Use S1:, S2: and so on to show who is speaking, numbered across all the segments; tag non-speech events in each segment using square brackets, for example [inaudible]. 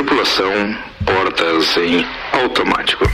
S1: Operação Portas em Automático.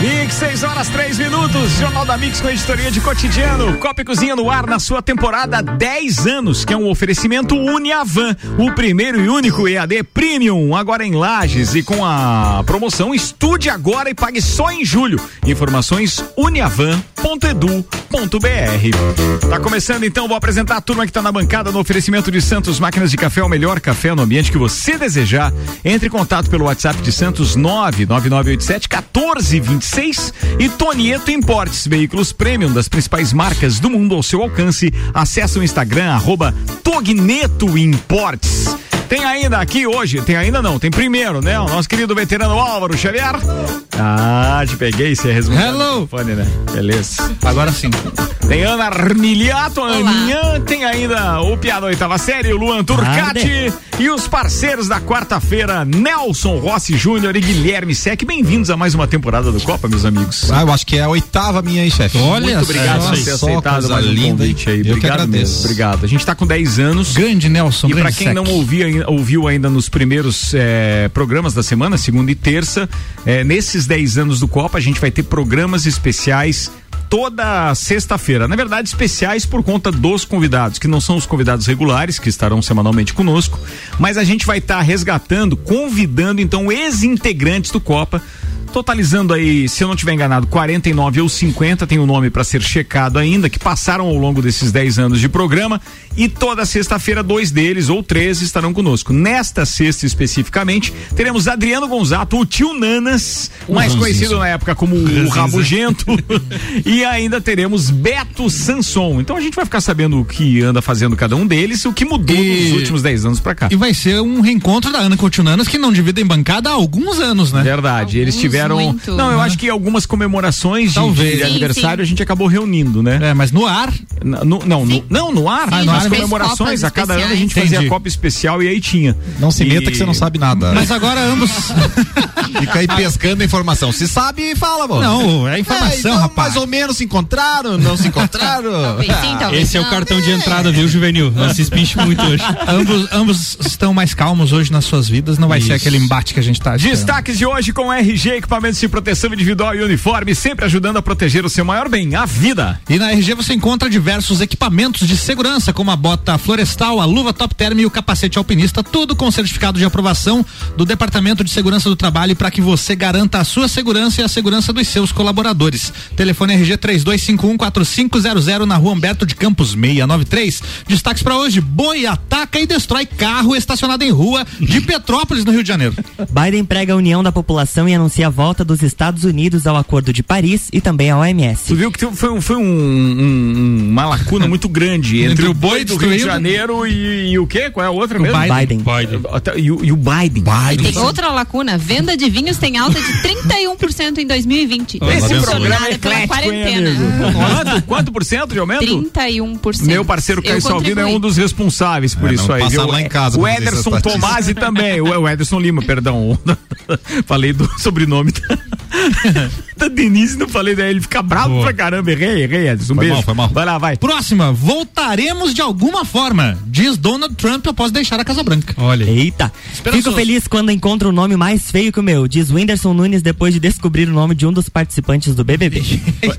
S2: Mix, 6 horas 3 minutos. Jornal da Mix com editoria de cotidiano. Copa e Cozinha no ar na sua temporada 10 anos, que é um oferecimento Uniavan, o primeiro e único EAD Premium, agora em Lages e com a promoção Estude Agora e Pague Só em Julho. Informações uniavan.edu.br. Tá começando então, vou apresentar a turma que tá na bancada no oferecimento de Santos Máquinas de Café, é o melhor café no ambiente que você desejar. Entre em contato pelo WhatsApp de Santos 99987 1426 e Tonieto Importes, veículos premium das principais marcas do mundo ao seu alcance. Acesse o Instagram, arroba Togneto Importes. Tem ainda aqui hoje, tem ainda não, tem primeiro, né? O nosso querido veterano Álvaro Xavier. Ah, te peguei, você resmungou.
S3: Hello.
S2: Fone, né? Beleza.
S3: Agora sim.
S2: Tem Ana Armiliato, Aninha, tem ainda o Piada Oitava Série, o Luan Turcati e os parceiros da quarta-feira, Nelson Rossi Júnior e Guilherme Sec. Bem-vindos a mais uma temporada do Copa, meus amigos.
S3: Ah, eu acho que é a oitava minha, hein, chefe?
S2: Muito obrigado por ter aceitado mais um convite aí.
S3: Eu
S2: obrigado
S3: que agradeço.
S2: mesmo, obrigado. A gente tá com 10 anos.
S3: Grande Nelson,
S2: E para
S3: grande
S2: quem não
S3: Sec.
S2: ouviu, ai- ouviu ainda nos primeiros eh, programas da semana, segunda e terça, eh, nesses 10 anos do Copa, a gente vai ter programas especiais toda sexta-feira. Na verdade, especiais por conta dos convidados, que não são os convidados regulares, que estarão semanalmente conosco, mas a gente vai estar resgatando, convidando então ex-integrantes do Copa. Totalizando aí, se eu não tiver enganado, 49 ou 50, tem o nome para ser checado ainda, que passaram ao longo desses 10 anos de programa. E toda sexta-feira, dois deles ou três estarão conosco. Nesta sexta especificamente, teremos Adriano Gonzato, o tio Nanas, mais
S3: Ranzinza.
S2: conhecido na época como o
S3: Ranzinza.
S4: [laughs]
S2: Rabugento, e ainda teremos Beto Sanson. Então a gente vai ficar sabendo o que anda fazendo cada um deles e o que mudou
S3: E-
S2: nos últimos 10 anos para cá.
S3: E vai ser um reencontro da Ana Continuanas que não dividem bancada há alguns anos, né?
S5: É.
S2: Verdade, eles
S4: Alguns
S2: tiveram.
S4: muito.
S2: Não, eu
S4: Uhum.
S2: acho que algumas comemorações de-
S3: Talvez.
S2: de,
S3: Sim,
S2: aniversário
S4: sim.
S2: a gente acabou reunindo, né?
S3: É, mas no ar,
S2: Na- no- não, no, não, no ar, né?
S4: Sim,
S2: nas
S4: a gente fez
S2: comemorações,
S4: copas
S2: a cada ano a
S4: especiais.
S2: gente fazia
S3: Entendi.
S2: a Copa Especial e aí tinha.
S5: Não se
S2: E-
S5: meta que você não sabe nada.
S3: mas agora ambos.
S5: [laughs] Fica aí pescando a informação. Se sabe, fala, mano.
S3: não, é
S5: É, então,
S3: informação, rapaz.
S5: Mais ou menos se encontraram, não se encontraram.
S4: Talvez
S3: Ah,
S4: sim, talvez
S6: Esse é o
S4: não.
S6: cartão de entrada, viu, Juvenil? Não se espinche muito hoje.
S3: ambos, ambos estão mais calmos hoje nas suas vidas, não vai ser aquele embate que a gente tá esperando.
S2: Destaques de hoje com RG, equipamentos de proteção individual e uniforme, sempre ajudando a proteger o seu maior bem, a vida.
S3: E na RG você encontra diversos equipamentos de segurança, como a bota florestal, a luva top term e o capacete alpinista, tudo com certificado de aprovação do Departamento de Segurança do Trabalho para que você garanta a sua segurança e a segurança dos seus colaboradores. Telefone RG 32514500 na rua Humberto de Campos 693. Destaques para hoje: boi ataca e destrói carro estacionado em rua de Petrópolis, no Rio de Janeiro.
S7: Biden prega a união da população e anuncia a volta dos Estados Unidos ao Acordo de Paris e também à
S2: Tu
S7: OMS.
S2: viu que tu- foi, um- foi um- um- uma lacuna muito grande entre,
S3: Entre
S2: o
S3: o
S2: boi
S3: boi
S2: do Rio de
S3: destruído-
S2: Janeiro e, e o quê? Qual é a outra mesmo?
S7: Biden.
S6: Pode.
S2: Até- E, o- e o Biden.
S4: E tem outra lacuna. Venda de vinhos tem alta de 31% em 2020.
S2: Esse
S4: Impulsionada
S2: programa é
S4: pela
S2: eclético, hein,
S4: quarentena.
S2: amigo? Quanto, quanto por cento de aumento?
S4: 31%.
S2: Meu parceiro Caio
S4: Eu
S2: Salvino é
S4: contribuí.
S2: um dos responsáveis por
S5: É,
S2: isso
S5: não
S2: aí.
S5: passar
S2: viu?
S5: lá em casa
S2: o
S5: pra fazer essa
S2: Ederson
S5: estatística.
S2: Tomasi também. O, o [laughs] Ederson Lima, perdão. falei do sobrenome da, da [laughs] Denise, não falei daí. Ele fica bravo pra caramba. Errei, errei, Ederson. Um
S5: Foi
S2: beijo.
S5: mal, foi mal.
S2: Vai lá, vai.
S3: Próxima, voltaremos de alguma forma, diz Donald Trump após deixar a Casa Branca.
S6: Olha aí.
S7: Eita! Fico
S3: Esperançoso.
S7: feliz quando encontro um nome mais feio que o meu, diz Whindersson Nunes depois de descobrir o nome de um dos participantes do BBB.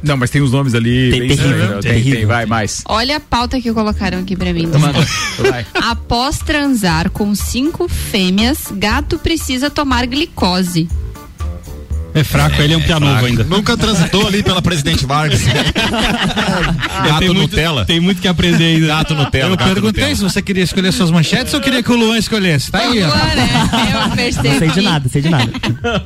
S2: Não, mas tem os nomes ali.
S7: Tem-
S2: bem
S7: terrível,
S2: estranhos, né? tem,
S7: terrível.
S2: tem, vai, mais.
S4: Olha a pauta que colocaram aqui pra mim.
S2: Vai.
S4: Após transar com cinco fêmeas, gato precisa tomar glicose.
S6: É fraco, ele é um pianovo ainda.
S5: Nunca transitou ali pela Presidente Vargas. Gato
S6: Tem muito,
S5: Nutella.
S6: Tem muito que aprender ainda.
S5: Gato Nutella.
S3: Eu
S5: gato
S3: perguntei se
S5: Nutella.
S3: você queria escolher suas manchetes ou queria que o Luan escolhesse. Tá aí, ó.
S4: Agora, né? Eu
S7: Não sei de
S4: percebi.
S7: nada, sei de nada.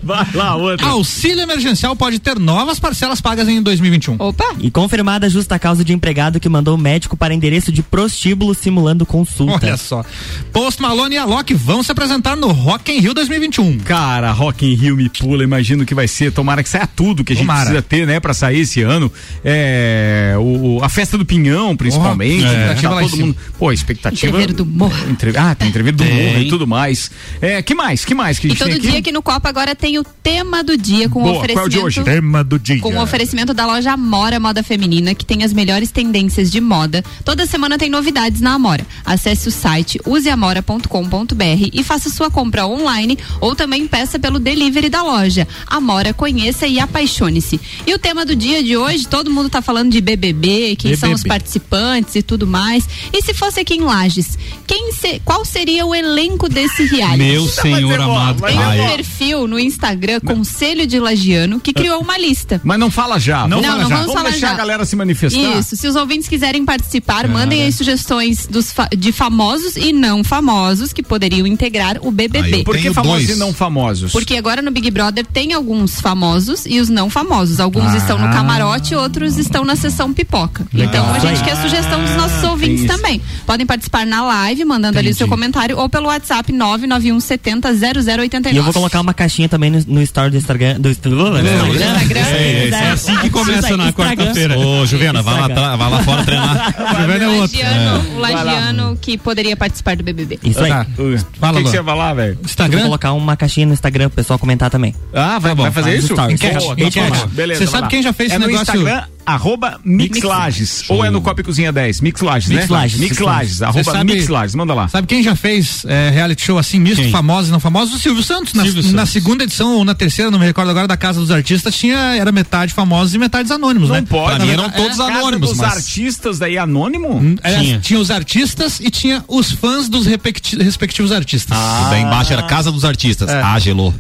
S2: Vai lá, outra.
S3: Auxílio emergencial pode ter novas parcelas pagas em 2021.
S4: Opa!
S7: E confirmada a justa causa de um empregado que mandou o médico para endereço de prostíbulo simulando consulta.
S3: Olha só. Post Malone e Alok vão se apresentar no Rock in Rio 2021.
S2: Cara, Rock in Rio me pula, imagino que vai vai ser, tomara que saia tudo que a gente
S3: Tomara.
S2: precisa ter, né, pra sair esse ano. É, o, o- a festa do Pinhão, principalmente.
S3: Porra,
S2: né,
S3: expectativa
S2: tá
S3: lá em
S2: todo
S3: cima.
S2: mundo. Pô, expectativa.
S4: Entreveiro do Morro.
S2: Entre- Ah, tem entreveiro do
S6: Tem.
S2: Morro e tudo mais. É, que mais? Que mais que a
S4: E
S2: gente
S4: todo
S2: tem aqui?
S4: dia aqui no Copa agora tem o tema do dia com
S2: Boa,
S4: oferecimento.
S2: qual é o de hoje? Tema do dia.
S4: Com o oferecimento da loja Amora Moda Feminina, que tem as melhores tendências de moda. Toda semana tem novidades na Amora. Acesse o site useamora.com.br e faça sua compra online ou também peça pelo delivery da loja. Amora, conheça e apaixone-se. E o tema do dia de hoje, todo mundo tá falando de BBB, quem são os
S3: BBB.
S4: participantes e tudo mais. E se fosse aqui em Lages, quem se- qual seria o elenco desse reality?
S6: Meu senhor amado.
S4: Tem
S6: Ah,
S4: um
S6: é.
S4: perfil no Instagram, Conselho de Lagiano, que criou uma lista.
S2: Mas não fala já.
S4: Não, não vamos
S2: Vamos
S4: falar
S2: deixar
S4: já.
S2: a galera se manifestar.
S4: Isso, se os ouvintes quiserem participar, mandem as sugestões dos fa- de famosos e não famosos que poderiam integrar o BBB.
S5: Aí,
S2: Por que
S5: Tenho
S2: famosos
S5: dois.
S2: e não famosos?
S4: Porque agora no Big Brother tem alguns famosos e os não famosos. Alguns estão no camarote, outros estão na sessão pipoca. Então a gente quer a sugestão dos nossos ouvintes
S2: isso.
S4: também. Podem participar na live, mandando ali o seu comentário, ou pelo WhatsApp 991 70 0089.
S7: E eu vou colocar uma caixinha também no, no story do Instagram. Do Instagram.
S4: Instagram.
S6: É, é assim que começa na quarta-feira.
S5: Ô, Juliana, vai lá, tra- vai lá fora treinar.
S3: Giovana é
S4: O
S3: outro.
S4: Lagiano, o Lagiano que poderia participar do BBB.
S7: Isso aí.
S3: Tá.
S2: Uh,
S3: Fala,
S2: o que, que
S3: Luan.
S2: você ia falar, velho?
S7: Eu vou
S3: Instagram?
S7: colocar uma caixinha no Instagram pro pessoal comentar também.
S2: Ah, vai, vai fazer isso?
S7: stories.
S3: Então, Enquete,
S2: Boa, tá
S3: enquete.
S2: bom. Beleza.
S3: Você
S2: vai
S3: sabe
S2: lá.
S3: quem já fez
S2: é
S3: esse
S2: no
S3: negócio-
S2: Instagram, arroba Mixlages. Ou é no Copa e Cozinha 10, Mixlages, né?
S7: Mixlages.
S2: Mixlages, arroba
S3: Você sabe-
S2: Mixlages, manda lá.
S3: Sabe quem já fez é, reality show assim, misto,
S6: Quem?
S3: famosos e não famosos? O Silvio Santos. Na,
S6: Silvio
S3: na
S6: Santos.
S3: segunda edição ou na terceira, não me recordo agora, da Casa dos Artistas, tinha, era metade famosos e metade anônimos,
S2: Não
S3: né?
S2: pode.
S5: Pra mim
S2: né?
S5: eram todos
S2: Casa
S5: anônimos,
S2: dos
S5: mas-
S2: artistas daí anônimo?
S3: Era- tinha.
S6: Tinha.
S3: os artistas e tinha os fãs dos repecti- respectivos artistas.
S5: Ah. Daí embaixo era Casa dos Artistas. Ah, gelou.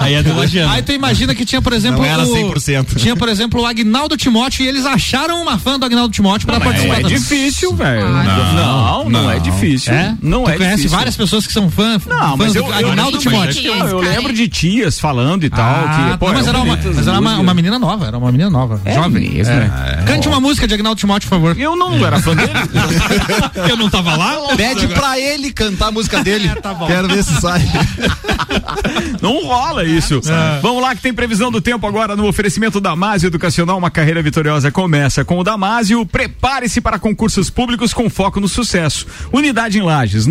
S6: Aí é do
S3: Aí
S6: Lagiano.
S3: tu imagina que tinha, por exemplo.
S5: Não era
S3: o-
S5: 100%.
S3: Tinha, por exemplo, o Agnaldo Timóteo e eles acharam uma fã do Agnaldo Timóteo pra
S2: Mas não
S3: participar
S2: é
S3: também.
S2: difícil, velho.
S4: Ah,
S2: Não, não,
S5: não.
S2: é difícil.
S3: É?
S2: Não
S3: tu
S2: é
S3: conhece
S2: difícil.
S3: várias pessoas que são fã,
S2: Não,
S3: fãs
S2: mas eu,
S3: do
S2: eu,
S3: Agnaldo
S2: eu,
S4: Timóteo.
S3: Timóteo.
S2: eu, eu lembro de tias falando e tal.
S3: Ah,
S2: que, pô,
S3: não, mas,
S2: é
S3: era uma,
S2: bonito,
S3: mas era uma,
S2: dúvida.
S3: uma menina nova, era uma menina nova,
S2: É
S3: jovem.
S2: mesmo,
S3: É.
S2: né?
S3: Cante uma música de Agnaldo Timóteo,
S2: [laughs]
S3: por favor.
S2: Eu não era fã dele.
S6: Eu não tava lá?
S5: Pede pra ele cantar a música
S3: [laughs] É,
S5: dele.
S3: tá
S5: Quero ver se sai.
S2: Não rola isso. Vamos lá que tem previsão do tempo agora no oferecimento Damásio Educacional. Uma carreira vitoriosa começa com o Damásio. Prepare-se para concursos públicos com foco no sucesso. Unidade em Lages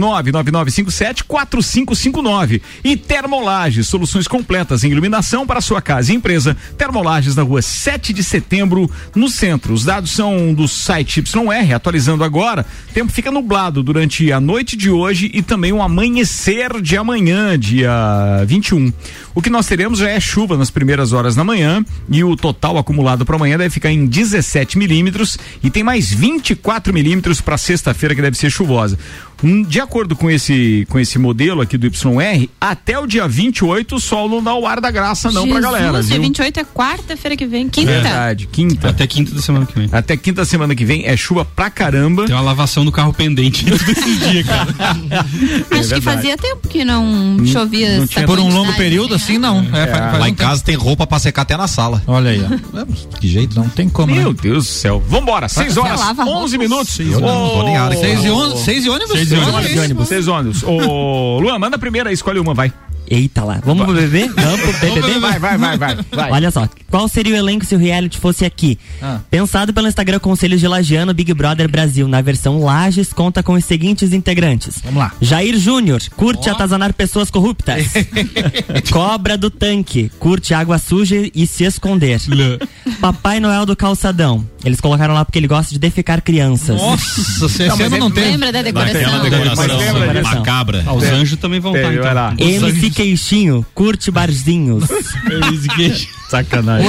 S2: 999574559 e Termolages, soluções completas em iluminação para sua casa e empresa. Termolages na rua 7 de setembro, no centro. Os dados são do site YR, atualizando agora. Tempo fica nublado durante a noite de hoje e também o amanhecer de amanhã, dia 21. O que nós teremos já é chuva nas primeiras horas da manhã e o total acumulado para amanhã deve ficar em 17 milímetros e tem mais 24 milímetros para sexta-feira que deve ser chuvosa. Hum, De acordo com esse, com esse modelo aqui do YR, até o dia 28 o sol não dá o ar da graça não para
S4: Jesus,
S2: um galera,
S4: dia
S2: viu?
S4: 28 é quarta-feira que vem, quinta.
S2: Verdade, quinta.
S6: Até quinta da semana que vem.
S2: Até quinta semana que vem é chuva pra caramba.
S6: Tem uma lavação do carro pendente desse dia, cara.
S4: Acho que
S2: verdade.
S4: fazia tempo que não chovia. essa
S3: Por um longo
S4: quantidade,
S3: período,
S4: né?
S3: assim, não. É, faz- faz
S5: Lá
S3: um
S5: em
S3: tempo.
S5: casa tem roupa pra secar até na sala. É,
S3: Olha aí, ó.
S5: Que jeito.
S3: Não tem como, né?
S2: Meu Deus do céu. Vambora, 6 horas,
S4: lava
S2: 11
S4: roupa?
S2: minutos.
S5: Seis horas, não tô ligado aqui.
S3: 6 e, on... seis e ônibus?
S6: Seis e ônibus.
S3: Olha isso.
S2: Seis ônibus. Ô, Luan, manda a primeira, escolhe uma, vai.
S7: Eita lá. Vamos pro
S3: [laughs]
S7: BBB? Vamos pro BBB?
S2: Vai, vai, vai, vai. vai.
S7: Olha só, qual seria o elenco se o reality fosse aqui?
S3: Ah.
S7: Pensado pelo Instagram Conselhos de Lagiano Big Brother Brasil, na versão Lages, conta com os seguintes integrantes.
S3: Vamos lá.
S7: Jair Júnior, curte atazanar pessoas
S3: [laughs]
S7: corruptas. Cobra do tanque, curte água suja e se esconder. Papai Noel do calçadão. Eles colocaram lá porque ele gosta de defecar crianças.
S3: Nossa, se esse
S2: mas
S3: ano
S2: é-
S3: não tem.
S4: Lembra da
S5: Daquela
S4: decoração?
S5: decoração
S2: Mas lembra disso?
S5: macabra.
S6: Ah, os anjos também vão
S2: É,
S6: estar,
S2: vai lá.
S6: então.
S7: MC Queixinho, curte barzinhos.
S5: É,
S4: O
S3: É,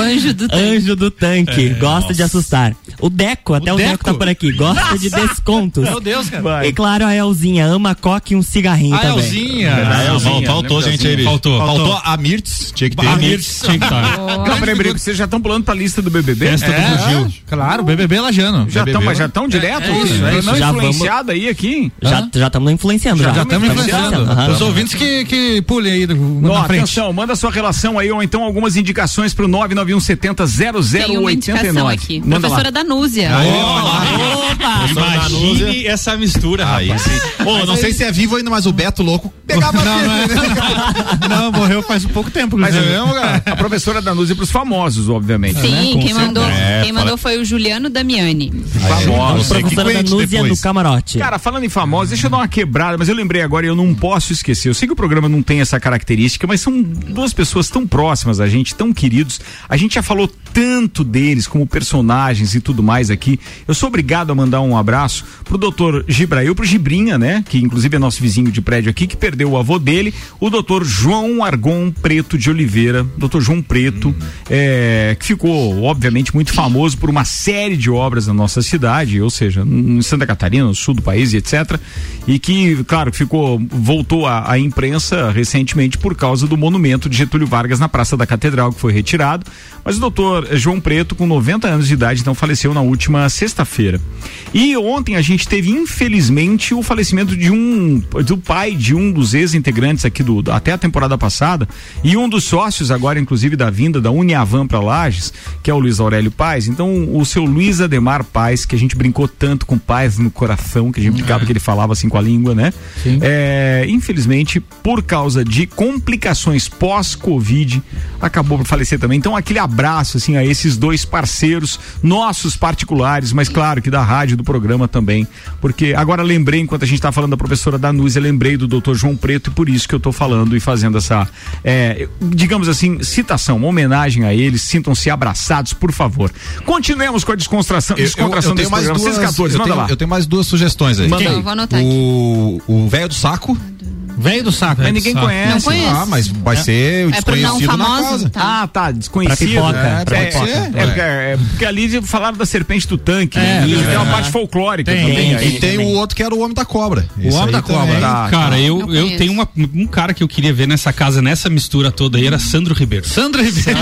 S4: anjo do tempo.
S7: Anjo do tanque, gosta de assustar. O Deco, até o, Deco?
S3: Deco? É
S7: tá por aqui, gosta de descontos.
S3: Meu Deus, cara.
S7: E claro, a Elzinha ama coque e um cigarrinho
S3: A
S7: também.
S3: Elzinha.
S5: Ah,
S2: Elzinha,
S5: fal- faltou
S2: lembra
S5: gente aí, bicho.
S6: é, Faltou,
S5: Faltou
S6: faltou.
S5: a Mirtz. Tinha que ter.
S6: A Mirtz tinha que estar.
S2: Não, peraí, peraí, vocês já estão pulando pra lista do BBB?
S6: Festa do Bugio.
S3: É, Claro, BBB Lajano.
S2: Já estão,
S5: BBB?
S2: mas já estão direto?
S3: é isso,
S2: Não
S3: é
S7: isso.
S2: não
S7: Já
S2: influenciado aí aqui?
S7: Já já estamos influenciando já.
S5: tá,
S3: Já estamos
S7: Tamo
S3: influenciando.
S7: aham.
S3: Os ouvintes que, que pulem aí aí
S2: Ó,
S3: na frente.
S2: atenção, manda sua relação aí ou então algumas indicações pro 991 70
S4: Tem uma indicação
S2: 0089.
S4: aqui.
S2: Manda lá.
S4: Professora Danúzia.
S6: Imagine essa mistura,
S5: Aí
S6: rapaz.
S5: sim. Ô, não sei se é vivo ainda, mas o Beto louco pegava
S3: Não, não Não, morreu faz um pouco tempo,
S2: Mas é
S3: inclusive.
S2: mesmo, cara? A professora Danúzia pros famosos, obviamente.
S4: Sim,
S3: Com
S4: quem, mandou,
S5: certeza.
S4: quem mandou foi o Juliano Damiani.
S2: Famosos.
S6: tá
S7: Professora da Núzia no camarote.
S2: Cara, falando em famosos, deixa eu dar uma quebrada, mas eu lembrei agora e eu não posso esquecer. Eu sei que o programa não tem essa característica, mas são duas pessoas tão próximas a gente, tão queridos. A gente já falou tanto deles como personagens e tudo mais aqui. Eu sou obrigado a mandar um abraço pro doutor Gibrail, pro Gibrinha, né? Que inclusive é nosso vizinho de prédio aqui, que perdeu o avô dele, o doutor João Argon Preto de Oliveira, doutor João Preto, é, que ficou, obviamente, muito famoso por uma série de obras na nossa cidade, ou seja, em Santa Catarina, no sul do país e etc. E que, claro, ficou, voltou à, à imprensa recentemente por causa do monumento de Getúlio Vargas na Praça da Catedral, que foi retirado. Mas o doutor João Preto, com 90 anos de idade, então faleceu na última sexta-feira. E ontem a gente teve, infelizmente, o falecimento de um do pai de um dos ex-integrantes aqui do até a temporada passada e um dos sócios agora inclusive da vinda da Uniavan para Lages, que é o Luiz Aurélio Paz. Então, o seu Luiz Ademar Paz, que a gente brincou tanto com Paz no coração, que a gente brincava que ele falava assim com a língua, né? É, infelizmente, por causa de complicações pós-Covid, acabou por falecer também. Então, aquele abraço assim a esses dois parceiros nossos particulares, mas claro que da rádio do programa também, porque agora lembrei enquanto a gente tá falando da professora Danúzia, lembrei do Dr. João Preto e por isso que eu tô falando e fazendo essa, é, digamos assim, citação, uma homenagem a eles, sintam-se abraçados, por favor. Continuemos com a descontração,
S5: Eu, eu,
S2: descontração
S5: eu tenho
S2: desse
S5: mais
S2: programa.
S5: duas,
S2: 614,
S5: eu,
S2: manda
S5: tenho,
S2: lá.
S5: eu tenho mais duas sugestões aí.
S2: Manda
S4: Então,
S2: aí.
S4: eu vou anotar aqui. É
S5: O o velho do saco.
S3: Veio do saco.
S2: Mas ninguém conhece.
S4: Não conheço.
S5: Ah, mas vai ser o
S4: É pra não
S5: desconhecido na
S4: famoso?
S5: casa.
S4: Tá.
S2: Ah, tá, desconhecido.
S7: Pra pipoca,
S2: É,
S7: pra
S2: é,
S5: pipoca.
S2: é, é, porque- é, porque ali falaram da serpente do tanque, né?
S3: É,
S2: E tem uma
S3: é.
S2: parte folclórica
S3: Tem,
S2: também.
S7: tem,
S2: aí.
S5: E tem o outro que era o homem da cobra.
S3: O Homem da Cobra.
S2: Tá,
S6: Cara,
S4: Não
S6: eu, eu
S4: conheço.
S6: tenho uma- um cara que eu queria ver nessa casa, nessa mistura toda aí, era Sandro Ribeiro. É,
S3: Sandra Ribeiro.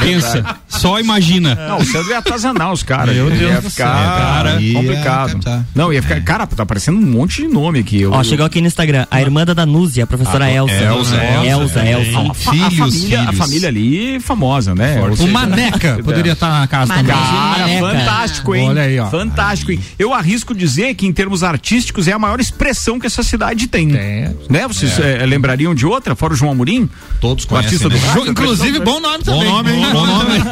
S6: Pensa, só imagina.
S2: É Não, o Sandro ia atazanar os caras.
S6: Meu
S2: Ele
S6: Deus
S2: ia
S6: do
S2: ficar
S6: céu, cara.
S5: Ia
S2: complicado.
S5: captar.
S2: Não, ia ficar. Cara, tá aparecendo um monte de nome aqui. Eu,
S7: Ó,
S2: eu-
S7: chegou aqui no Instagram, a irmã da Danúzia, a professora Elsa.
S5: Elza,
S7: Elsa, Elsa.
S2: a, fa- a
S5: filhos,
S2: família, a
S5: filhos.
S2: família ali famosa, né? Ou
S3: O
S2: seja,
S3: Maneca poderia estar na casa também.
S2: Cara,
S7: Maneca.
S2: fantástico, hein?
S3: Olha aí, ó.
S2: Fantástico, hein? Eu arrisco dizer que em termos artísticos é a maior expressão que essa cidade tem.
S3: Tem.
S2: Né? Vocês eh, lembrariam de outra, fora o João Amorim?
S5: Todos
S2: O
S5: conhecem,
S2: artista
S5: né?
S2: do rádio,
S3: Jo- Inclusive, bom nome também.
S5: Bom nome.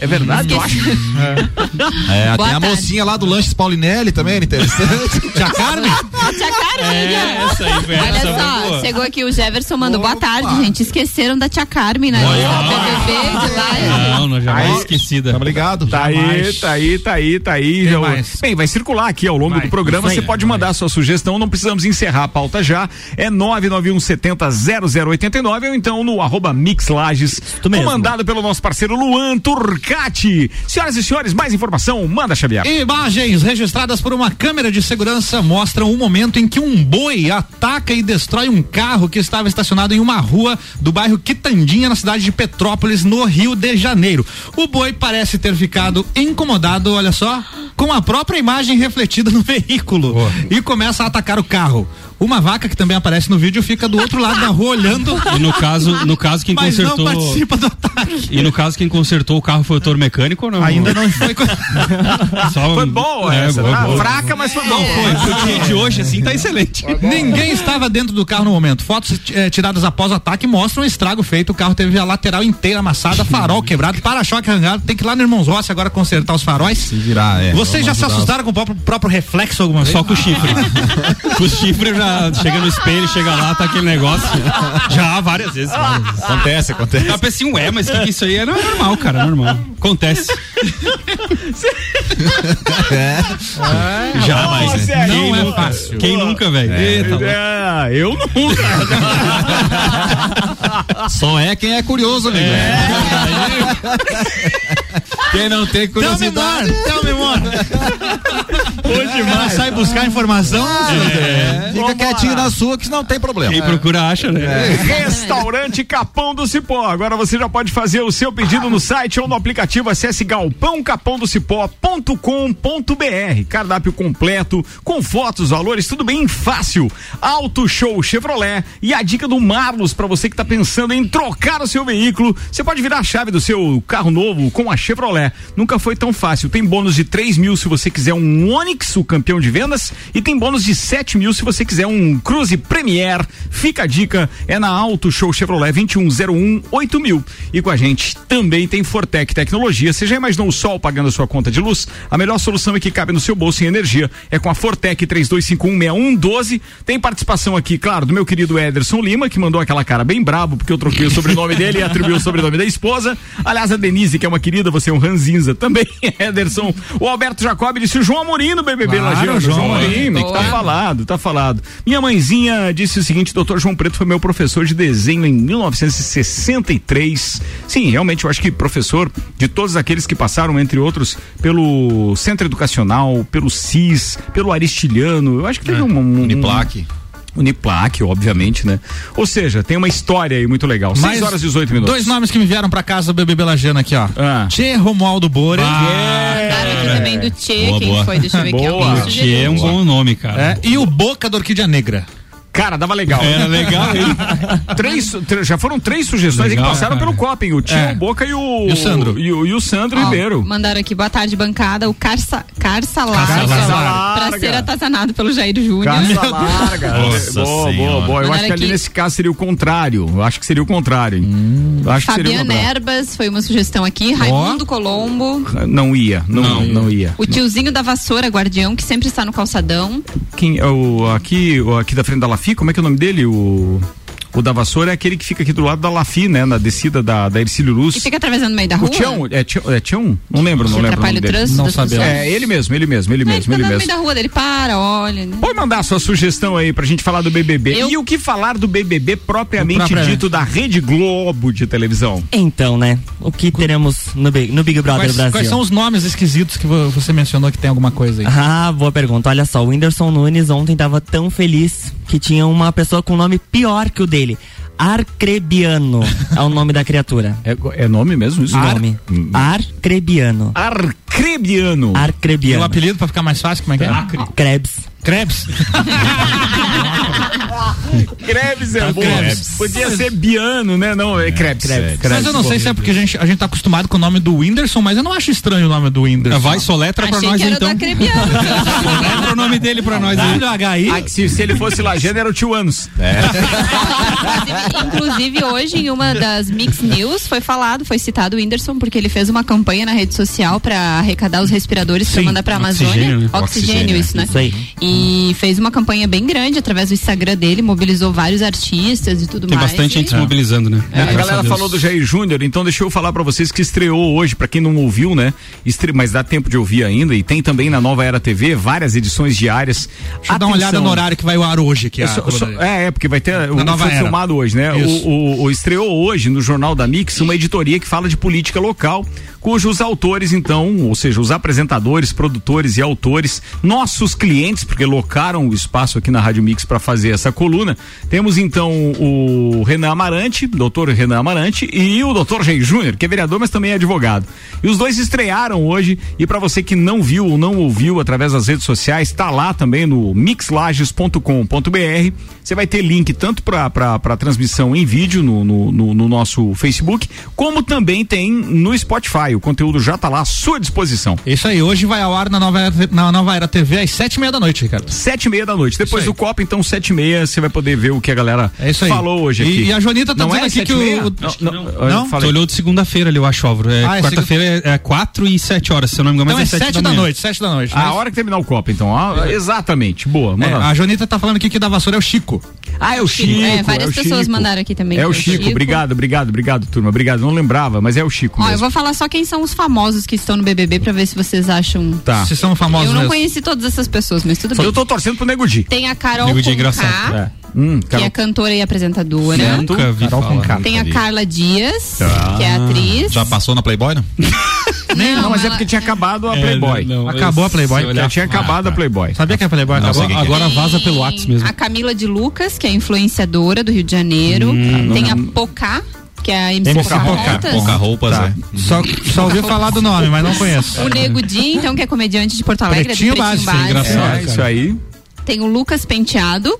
S2: É verdade, eu acho.
S5: É,
S4: Boa
S5: tem a
S4: tarde.
S5: mocinha lá do Lanches Paulinelli também, era
S4: [laughs]
S5: interessante. Tia Carmen?
S4: Tia Carmen!
S6: É, Essa
S2: é
S6: aí, velho.
S4: Olha só, chegou aqui o Jefferson mandou boa
S5: Opa.
S4: tarde, gente. Esqueceram da tia Carmen na lista da BBB de lá.
S6: Não, não, jamais
S2: Aí-
S6: esquecida.
S5: Tá, obrigado.
S2: Tá aí, tá aí, tá aí, tá aí. Já-
S3: mais?
S2: Bem, vai circular aqui ao longo
S3: Vai,
S2: do programa.
S3: isso
S2: Você
S3: aí,
S2: pode mandar sua sugestão. Não precisamos encerrar a pauta já. É 991700089 ou então no arroba Mix Lages,
S7: mesmo.
S2: comandado pelo nosso parceiro Luan Turcati. Senhoras e senhores, mais informação, manda Xavier.
S3: Imagens registradas por uma câmera de segurança mostram o momento em que um boi ataca e destrói um carro que estava estacionado em uma rua do bairro Quitandinha, na cidade de Petrópolis, no Rio de Janeiro. O boi parece ter ficado incomodado, olha só, com a própria imagem refletida no [laughs] veículo e começa a atacar o carro. Uma vaca que também aparece no vídeo fica do outro lado da rua olhando,
S6: E no caso, no caso quem
S3: mas não
S6: consertou.
S3: participa do ataque.
S6: E no caso quem consertou o carro foi o touro mecânico ou não?
S3: Ainda não
S6: [laughs]
S3: foi. co-
S6: Só-
S2: Foi boa
S6: É,
S2: essa,
S6: boa,
S2: tá?
S6: boa.
S2: Fraca, mas
S3: É.
S2: foi boa.
S6: O dia de hoje, assim, tá excelente.
S3: Ninguém estava dentro do carro no momento. Fotos eh, tiradas após o ataque mostram o estrago feito. O carro teve a lateral inteira amassada,
S6: [laughs]
S3: farol quebrado, para-choque arrancado. Tem que ir lá no Irmãos Rossi agora consertar os faróis.
S5: Virar, é.
S3: Vocês
S5: Vamos
S3: já se
S5: ajudar.
S3: assustaram com o próprio, próprio reflexo alguma vez?
S6: Só com o chifre. [laughs] com o chifre já chega no espelho, chega lá, tá aquele
S3: [laughs]
S6: negócio. Já várias vezes. várias vezes.
S5: Acontece, acontece.
S6: Eu pensei, Assim, ué, mas que que isso aí é Não, é normal, cara, é normal. Acontece.
S3: [laughs]
S6: Já,
S2: Ô,
S3: né?
S6: mas
S2: Sérgio.
S6: não
S2: Quem
S6: é fácil. Quem nunca, velho? Eita, louco.
S2: [laughs] É, eu não.
S5: Só é quem é curioso,
S3: né?
S5: amigo. Quem não tem
S3: [laughs] Tell me
S5: curiosidade.
S3: more, tell me more. Ela sai buscar informação. É.
S5: Fica quietinho na sua que não tem problema.
S6: Quem procura acha,
S2: É.
S6: né?
S2: Restaurante Capão do Cipó. Agora você já pode fazer o seu pedido no site ou no aplicativo. Acesse galpãocapondocipó.com.br. Cardápio completo, com fotos, valores, tudo bem fácil. Auto Show Chevrolet e a dica do Marlos para você que tá pensando em trocar o seu veículo. Você pode virar a chave do seu carro novo com a Chevrolet. Nunca foi tão fácil. Tem bônus de 3 mil se você quiser um Onix, o campeão de vendas, e tem bônus de 7 mil se você quiser um Cruze Premier. Fica a dica, é na Auto Show Chevrolet 2101 8000. E com a gente também tem Fortec Tecnologia. Você já imaginou o sol pagando a sua conta de luz? A melhor solução é que cabe no seu bolso em energia. É com a Fortec 32516112. Tem participação aqui, claro, do meu querido Ederson Lima, que mandou aquela cara bem brabo, porque eu troquei o sobrenome dele e atribuiu o sobrenome da esposa. Aliás, a Denise, que é uma querida, você é um ranzinza também, [laughs] Ederson. O Alberto Jacob disse o João Amorim no BBB
S3: Claro,
S2: Lajeiro.
S3: João
S2: Amorim, que tá
S4: Boa.
S2: falado, tá falado. Minha mãezinha disse o seguinte: Dr. João Preto foi meu professor de desenho em 1963. Sim, realmente eu acho que professor de todos aqueles que passaram, entre outros, pelo Centro Educacional, pelo CIS, pelo Aristiliano. Eu acho que teve
S3: É,
S2: um, um.
S5: Uniplaque.
S2: um- Uniplaque, obviamente, né? Ou seja, tem uma história aí muito legal. 6 horas e 18 minutos.
S3: Dois nomes que me vieram pra casa do BBB Lajana aqui, ó.
S2: Ah.
S3: Tchê Romualdo Borer.
S4: Mandaram aqui também do Tchê,
S6: Boa,
S4: quem
S6: boa.
S4: foi? Deixa eu ver aqui.
S2: Boa.
S4: Alguém
S6: Que é
S4: sugeriu.
S6: um bom nome,
S3: É,
S6: cara.
S3: e o Boca da Orquídea Negra.
S2: Cara, dava legal.
S3: É.
S6: Era legal, hein?
S2: Três, tre- já foram três sugestões aí
S6: Legal,
S2: que passaram
S6: cara.
S2: pelo Copen. O Tio,
S3: É.
S2: o Boca e o.
S3: E o Sandro. Ah.
S2: E o, e o Sandro
S4: Ó,
S2: Ribeiro.
S4: Mandaram aqui, boa tarde, bancada. O Carça, Carça Larga.
S2: Larga.
S4: Pra ser atazanado pelo Jair Júnior.
S2: Caça larga.
S6: Nossa
S2: boa, boa,
S6: Senhora.
S2: boa. Eu
S4: Mandaram
S2: acho que ali
S4: aqui-
S2: nesse caso seria o contrário. Eu acho que seria o contrário. hein? Eu acho que seria o
S4: Fabiano
S2: contrário.
S4: Erbas foi uma sugestão aqui. Raimundo Colombo.
S2: Não ia, não, não,
S6: Não.
S2: ia.
S4: O tiozinho da vassoura, guardião, que sempre está no calçadão.
S2: Quem, é o, aqui, o aqui da frente da Lafi, como é que é o nome dele? O, o da Vassoura é aquele que fica aqui do lado da Lafi, né? Na descida da, da Ercílio Luz.
S4: E fica atravessando no meio da
S2: O
S4: rua.
S2: Tião, é Tião, é Tião? Não lembro,
S4: que
S2: não lembro o
S4: atrapalha
S2: nome
S4: o
S2: dele.
S4: trânsito
S3: Não
S4: das
S3: sabemos.
S4: pessoas. É,
S2: É, ele mesmo, ele mesmo, ele
S4: Ele fica
S2: mesmo, ele
S4: andando no
S2: mesmo.
S4: meio da rua dele, para, olha. né?
S2: Pode mandar sua sugestão aí pra gente falar do BBB.
S4: Eu-
S2: E o que falar do BBB propriamente
S3: Propriamente.
S2: dito da Rede Globo de televisão?
S7: Então, né? O que teremos no Big, no Big Brother
S3: Quais,
S7: Brasil?
S3: quais são os nomes esquisitos que vo- você mencionou que tem alguma coisa aí?
S7: Ah, boa pergunta. Olha só, o Whindersson Nunes ontem tava tão feliz que tinha uma pessoa com um nome pior que o dele.
S3: [laughs]
S7: Arcrebiano é o nome da criatura.
S2: É, é nome mesmo isso?
S7: O nome. Arcrebiano.
S2: Arcrebiano.
S3: E o
S7: Arcrebiano.
S3: Hum. um apelido pra ficar mais fácil, como é que é?
S7: Krebs.
S3: Krebs.
S2: Krebs é bom.
S3: Krebs.
S2: Podia ser Biano, né? Não, é Krebs.
S7: Krebs.
S3: Mas eu não sei se é porque a gente, a gente tá acostumado com o nome do Whindersson, mas eu não acho estranho o nome do Whindersson.
S6: Vai, soletra pra
S4: Achei
S6: nós
S4: que era
S6: então.
S4: da
S2: [laughs]
S4: Crebiano.
S6: Soletra o nome dele pra nós aí.
S3: WHI.
S2: Ah, que se, se ele fosse Lajano, era o tio Anos.
S3: É,
S4: Inclusive- Inclusive, hoje, em uma das Mix News, foi falado, foi citado o Whindersson, porque ele fez uma campanha na rede social pra arrecadar os respiradores pra
S6: Sim,
S4: mandar pra Amazônia.
S6: oxigênio,
S4: Oxigênio,
S6: né?
S5: Oxigênio,
S4: isso, né?
S7: Isso aí.
S4: E fez uma campanha bem grande através do Instagram dele, mobilizou vários artistas e tudo
S6: Tem
S4: mais. É,
S6: bastante
S4: e...
S6: gente se mobilizando, né?
S2: A
S5: É.
S2: galera falou do Jair Júnior, então deixa eu falar pra vocês que estreou hoje, pra quem não ouviu, né? Estre... Mas dá tempo de ouvir ainda. E tem também na Nova Era TV várias edições diárias.
S3: Deixa eu dar uma olhada no horário que vai ao ar hoje aqui.
S2: É,
S3: a
S2: só-
S3: coluna
S2: só-
S3: dele.
S2: é, é, porque vai ter. o-
S3: Nova
S2: foi
S3: Era.
S2: filmado hoje, né?
S3: Isso.
S2: O, o- o- estreou hoje no Jornal da Mix uma editoria que fala de política local, cujos autores, então, ou seja, os apresentadores, produtores e autores, nossos clientes, porque locaram o espaço aqui na Rádio Mix para fazer essa coluna. Temos então o Renan Amarante, doutor Renan Amarante, e o doutor Jair Júnior, que é vereador, mas também é advogado. E os dois estrearam hoje, e para você que não viu ou não ouviu através das redes sociais, tá lá também no mixlages.com.br. Você vai ter link tanto para a transmissão em vídeo no, no, no- no nosso Facebook, como também tem no Spotify. O conteúdo já tá lá à sua disposição.
S3: Isso aí, hoje vai ao ar na Nova Era, na Nova Era TV às sete e meia da noite, Ricardo.
S2: Sete e meia da noite. Depois
S3: Isso
S2: do
S3: aí.
S2: copo, então, sete e meia, você vai poder ver o que a galera
S3: É isso aí.
S2: falou hoje
S3: E-
S2: aqui.
S3: e a Joanita tá
S2: não
S3: dizendo
S2: é
S3: aqui
S2: sete
S3: que
S2: e
S3: o- então
S2: meia?
S3: o-
S2: Não,
S3: acho
S2: não, eu
S3: Não?
S6: Tu
S2: falei.
S6: olhou de segunda-feira ali, eu acho, Álvaro. É,
S3: Ah, é
S6: Quarta-feira é, é 4 e 7 horas, se eu não me engano,
S3: Então é
S6: mas é,
S3: sete da,
S6: manhã.
S3: noite, sete da noite.
S2: A
S3: né?
S2: hora que terminar o copo, então. Ah, exatamente. Boa.
S3: É,
S2: Manda lá.
S3: a Jonita tá falando aqui que da vassoura é o Chico.
S2: Ah, é o Chico.
S4: É, várias
S2: é o
S4: pessoas
S2: Chico.
S4: mandaram aqui também. então,
S2: É
S4: que
S2: o Chico. Obrigado, obrigado, obrigado, turma. Obrigado. Não lembrava, mas é o Chico.
S4: Ó, eu
S2: mesmo.
S4: vou falar só quem são os famosos que estão no BBB pra ver se vocês acham.
S2: Tá.
S3: Vocês são famosos
S4: eu não
S3: mesmo.
S4: conheci todas essas pessoas, mas tudo bem.
S2: Eu tô torcendo pro Nego Di.
S4: Tem a Carol
S6: Nego Di é
S4: com
S6: engraçado,
S4: K,
S2: Hum,
S4: que
S2: Carol.
S4: é cantora e apresentadora.
S6: Nunca vi
S2: Carol
S6: falar.
S2: Conká.
S4: Tem a Carla Dias, que é atriz.
S5: Já passou na Playboy,
S4: [laughs]
S5: não?
S2: Não, mas é
S4: ela-
S2: porque tinha acabado a
S6: É,
S2: Playboy.
S6: não, não,
S3: Acabou
S6: eu-
S3: a Playboy?
S6: se eu olhar-
S2: Já tinha acabado
S6: Ah, tá.
S2: a Playboy.
S3: é- Sabia que a Playboy tá
S5: Não,
S3: acabou?
S5: sei quem que é.
S6: Agora vaza pelo WhatsApp
S4: WhatsApp
S6: mesmo.
S4: A Camila de Lucas, que é influenciadora do Rio de Janeiro. tem a Pocá, que é a MC
S3: Pocá,
S4: Pocahontas.
S5: Pouca roupas,
S2: Tá.
S5: né?
S3: Só, só ouvi falar do nome, mas não conheço.
S4: O Nego Di, então, que é comediante de Porto Alegre,
S3: Pretinho
S4: é do Pretinho
S3: Básico,
S4: Básico.
S6: engraçado.
S2: É,
S6: Nossa,
S2: isso
S6: cara.
S2: aí.
S4: Tem o Lucas Penteado,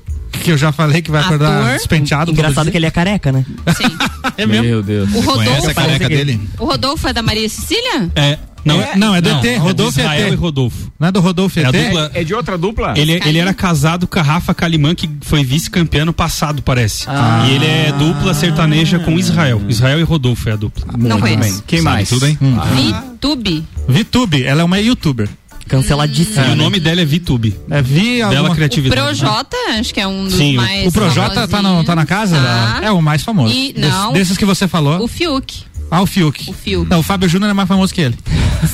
S3: Que eu já falei que vai acordar
S4: Ator.
S3: despenteado. todo
S7: Engraçado
S3: dia.
S7: que ele é careca, né?
S2: Sim.
S3: [laughs] É mesmo?
S2: Meu Deus.
S4: o
S5: Conhece a
S4: Rodolfo.
S5: careca dele?
S4: O Rodolfo é da Maria Cecília?
S6: É, não, é,
S3: Não, é do ET, Rodolfo
S6: Rodolfo
S3: e
S6: é
S3: ET.
S6: Israel e Rodolfo.
S3: Não é do Rodolfo
S6: É a
S3: ET?
S6: dupla.
S2: É de outra dupla?
S6: Ele,
S5: Tá.
S6: ele era casado com a Rafa Kalimann, que foi vice-campeã no passado, parece.
S5: Ah.
S6: E ele é dupla sertaneja com Israel. Israel e Rodolfo é a dupla.
S4: Não
S2: Muito bem.
S4: conheço.
S2: Quem
S5: Sabe
S2: mais?
S5: tudo, hein?
S6: Hum.
S4: VTube.
S3: VTube, ela é uma youtuber. Hum.
S7: Canceladíssimo.
S6: E o nome dela é VTube.
S3: É Vi
S6: Bela
S3: alguma...
S4: O
S6: criatividade.
S4: Projota, acho que é um dos
S6: Sim, o-
S4: mais
S3: O Projota tá, no, tá na casa?
S4: Tá.
S3: É o mais famoso.
S4: E-
S3: Des-
S4: não.
S3: desses que você falou.
S4: O Fiuk.
S3: Ah, o Fiuk.
S4: O Fiuk.
S3: Não, o Fábio Júnior é mais famoso que ele.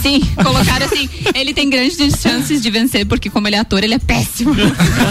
S4: Sim, colocaram assim, ele tem grandes chances de vencer, porque como ele é ator, ele é péssimo.
S6: É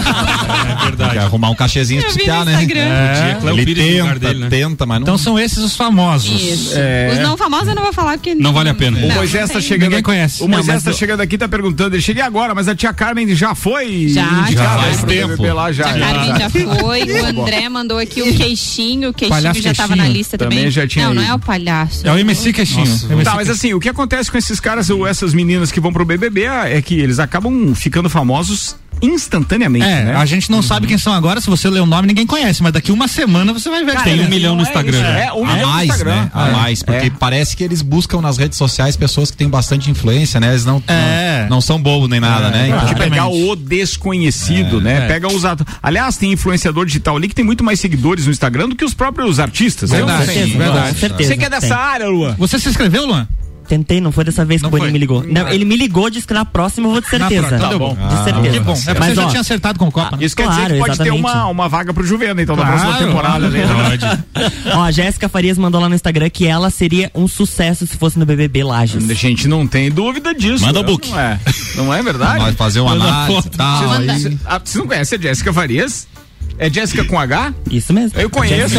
S5: Quer
S6: verdade.
S5: arrumar um cachezinho pra
S4: [laughs] Eu vi
S5: piar,
S4: no
S5: né?
S4: Instagram.
S3: É.
S6: Tinha Cléo
S5: Ele
S6: Pires no lugar
S5: tenta,
S6: dele, né?
S5: tenta, mas não.
S3: Então são esses os famosos.
S4: Isso.
S3: É.
S4: Os não famosos eu não vou falar porque.
S6: Não vale a pena.
S2: O
S4: Não,
S2: Moisés
S4: não
S2: tá
S4: tem.
S2: chegando.
S3: Ninguém conhece.
S2: O
S3: Não,
S2: Moisés
S3: mas
S2: tá
S3: do-
S2: chegando aqui, tá perguntando. Ele cheguei agora, mas a tia Carmen já foi.
S4: Já,
S2: indicada
S4: já
S5: faz
S2: pro
S5: tempo.
S2: BBB Lá, já,
S4: A Carmen já foi, o André mandou aqui o queixinho, o queixinho
S3: Palhaço
S4: já tava na
S3: Queixinho.
S4: lista
S2: Também
S4: também.
S2: já tinha
S4: Não, não
S2: ido.
S4: é o palhaço.
S3: É o MC Queixinho. MC
S2: Tá, mas assim, o que acontece com esses caras ou essas meninas que vão pro BBB é que eles acabam ficando famosos instantaneamente,
S3: É,
S2: né?
S3: a gente não sabe quem são agora, se você ler o nome, ninguém conhece, mas daqui uma semana você vai ver. que
S2: Cara,
S6: tem um
S2: não
S6: milhão no
S2: é
S6: Instagram,
S2: isso,
S6: né?
S2: É, um
S5: a
S2: milhão
S5: mais,
S2: no Instagram.
S5: né? A
S2: É.
S5: mais, porque
S2: É.
S5: parece que eles buscam nas redes sociais pessoas que têm bastante influência, né? Eles não,
S3: É.
S5: não, não são bobos nem nada,
S6: É.
S5: né? Então,
S2: De pegar
S3: Exatamente.
S2: o desconhecido, né? Pega os at... Aliás, tem influenciador digital ali que tem muito mais seguidores no Instagram do que os próprios artistas. né?
S3: Verdade,
S2: Não sei.
S3: verdade.
S7: Com certeza.
S2: Você que é dessa
S7: Tem.
S2: área, Luan?
S3: Você se inscreveu, Luan?
S7: Tentei, não foi dessa vez
S3: Não
S7: que o Boninho
S3: foi.
S7: me ligou. Não, ele me ligou, disse que na próxima eu vou de certeza.
S3: Na pro- então deu bom.
S7: De certeza.
S3: que bom. É porque
S7: Mas,
S3: você já
S7: ó,
S3: tinha acertado com o Copa. né?
S2: Isso quer
S7: Claro,
S2: dizer que pode ter
S7: exatamente.
S2: uma, uma vaga pro Juvena, então, na
S3: Claro.
S2: próxima temporada. Né?
S6: [laughs]
S7: ó, a Jéssica Farias mandou lá no Instagram que ela seria um sucesso se fosse no BBB Lages.
S2: A gente não tem dúvida disso.
S5: Manda o
S2: né?
S5: book.
S2: Não é, não é
S5: nós
S2: verdade?
S5: fazer uma
S6: Manda
S5: análise e
S6: foto.
S5: tal.
S4: Manda.
S5: aí-
S2: Você ah, você não conhece a Jéssica Farias? É Jéssica com H?
S7: Isso mesmo.
S2: Eu conheço.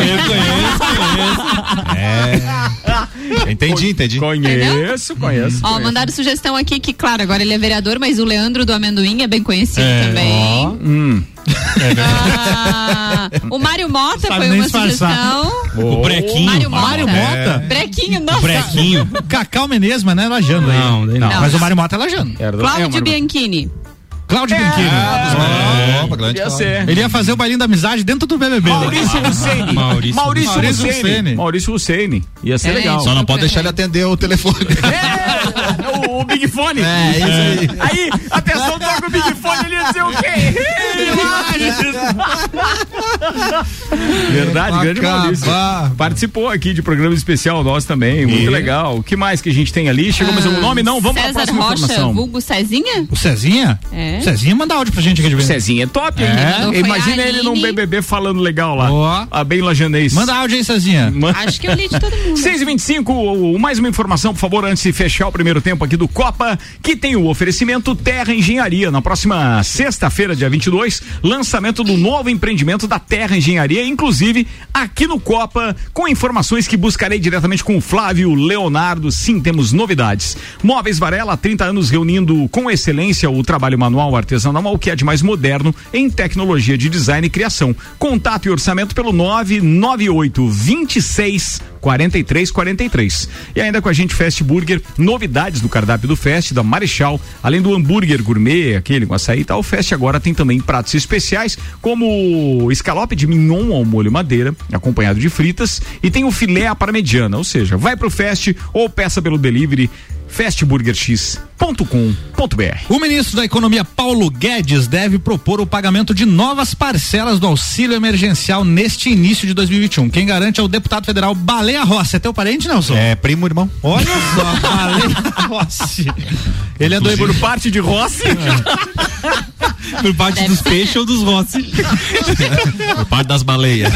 S5: É. Entendi, entendi. Uhum.
S2: Conheço, conheço.
S4: Ó,
S2: conheço.
S4: mandaram sugestão aqui que, claro, agora ele é vereador, mas o Leandro do Amendoim é bem conhecido
S6: É,
S4: também.
S2: hum.
S4: Ah, o Mário Mota
S3: É Sabe
S4: foi
S3: nem
S4: uma
S3: disfarçar.
S4: sugestão.
S6: O Brequinho.
S4: Mário Mota.
S3: Mário Mota? É.
S4: Brequinho, nossa.
S6: Brequinho.
S3: Cacau Menezes, mas não é lajando aí.
S6: Não, daí não.
S4: Não.
S3: Mas o Mário Mota é lajando.
S2: Era- é,
S4: Cláudio
S2: mano,
S4: Bianchini.
S6: É.
S3: Cláudio Brinquedo.
S5: Ah, opa, grande
S2: Podia
S5: fala.
S2: ser.
S3: Ele ia fazer o bailinho da amizade dentro do BBB. né?
S2: Maurício Husseini.
S6: Maurício-
S2: Maurício
S3: Maurício
S2: Husseini.
S3: Husseini.
S2: Maurício Husseini. Ia ser
S4: Era
S2: legal.
S4: isso.
S5: Só não pode deixar ele atender o telefone.
S2: É, o, o Big Fone.
S5: É, isso aí.
S2: Aí, a pessoa toca o Big Fone, ele ia dizer o quê? Verdade, grande
S5: Acabar.
S2: Maurício. Participou aqui de programa especial nosso também, muito legal. O que mais que a gente tem ali? Chegou mais algum nome? Não, vamos para a
S4: Ah, César
S2: próxima
S4: Rocha,
S2: informação.
S4: vulgo Cezinha?
S3: O Cezinha?
S4: É.
S3: O Cezinha manda áudio pra gente aqui de
S2: O
S3: vez. em
S2: Cezinha é top, hein?
S4: Não foi
S2: Imagina
S4: a
S2: ele num
S4: Aline.
S2: BBB falando legal lá.
S3: Ó.
S2: Ah, bem lajanês.
S3: quando. Manda áudio aí, Cezinha.
S4: Acho que eu li de todo mundo.
S2: 6 e 25 o- o- mais uma informação, por favor, antes de fechar o primeiro tempo aqui do Copa, que tem o oferecimento Terra Engenharia. Na próxima sexta-feira, dia 22, lançamento do novo empreendimento da Terra Engenharia, inclusive aqui no Copa, com informações que buscarei diretamente com o Flávio Leonardo. Sim, temos novidades. Móveis Varela, 30 anos reunindo com excelência o trabalho manual artesanal, ao que é de mais moderno em tecnologia de design e criação. Contato e orçamento pelo 998 26 43 43. E ainda com a gente Fast Burger, novidades do cardápio do Fast da Marechal, além do hambúrguer gourmet, aquele com açaí e tal, o Fast agora tem também pratos especiais, como escalope de mignon ao molho madeira, acompanhado de fritas, e tem o filé à parmegiana, ou seja, vai pro Fast ou peça pelo delivery fastburgerx.com.br.
S3: O ministro da Economia Paulo Guedes deve propor o pagamento de novas parcelas do auxílio emergencial neste início de 2021. Quem garante é o deputado federal Baleia Rossi. É teu parente, Nelson?
S5: [laughs] É, primo, irmão.
S3: Olha [laughs] só, Baleia Rossi. Ele é do
S2: Por parte de Rossi,
S6: Por parte
S4: Deve
S6: dos
S4: ser.
S6: peixes ou dos Rossi.
S5: [laughs] Por parte das baleias.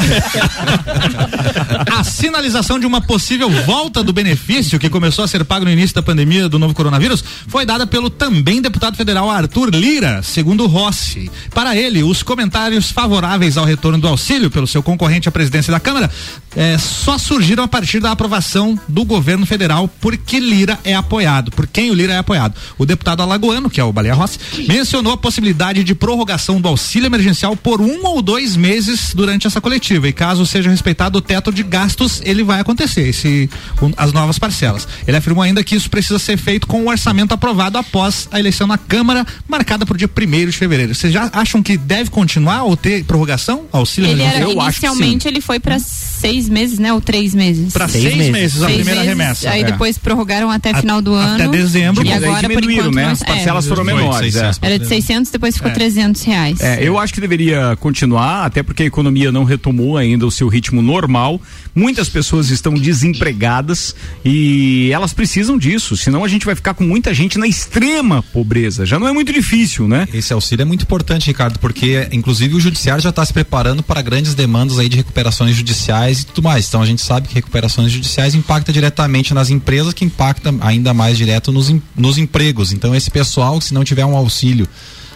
S3: A sinalização de uma possível volta do benefício que começou a ser pago no início da pandemia do novo coronavírus foi dada pelo também deputado federal Arthur Lira, segundo Rossi. Para ele, os comentários favoráveis ao retorno do auxílio pelo seu concorrente à presidência da Câmara eh, só surgiram a partir da aprovação do governo federal porque Lira é apoiado. Por quem o Lira é apoiado? O deputado alagoano, que é o Baleia Rossi, mencionou a possibilidade de prorrogação do auxílio emergencial por um ou dois meses durante essa coletiva. E caso seja respeitado o teto de gastos, ele vai acontecer, esse, um, as novas parcelas. Ele afirmou ainda que isso precisa ser feito com o orçamento aprovado após a eleição na Câmara, marcada para o dia 1 de fevereiro. Vocês já acham que deve continuar ou ter prorrogação? Auxílio
S4: Ele
S3: emergencial?
S4: era,
S2: Eu acho que
S4: inicialmente ele foi pra seis meses, né? Ou três meses.
S3: Para
S7: Seis
S3: seis,
S7: meses.
S3: meses, a
S4: Seis
S3: primeira
S4: meses,
S3: remessa.
S4: Aí
S3: É.
S4: depois prorrogaram até
S3: A-
S4: final do
S3: até
S4: ano.
S3: dezembro.
S4: E
S3: Mas
S2: aí
S4: agora, por
S2: diminuíram,
S4: enquanto,
S2: né?
S4: não-
S2: As
S4: é.
S2: parcelas foram menores. é.
S4: Era de 600, depois ficou 300 reais.
S2: É, eu acho que deveria continuar, até porque a economia não retomou ainda o seu ritmo normal. Muitas pessoas estão desempregadas e elas precisam disso, senão a gente vai ficar com muita gente na extrema pobreza. Já não é muito difícil, né?
S5: Esse auxílio é muito importante, Ricardo, porque inclusive o judiciário já está se preparando para grandes demandas aí de recuperações judiciais e tudo mais. Então a gente sabe que recuperações judiciais impacta diretamente nas empresas, que impacta ainda mais direto nos, em- nos empregos. Então esse pessoal, se não tiver um auxílio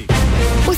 S8: Os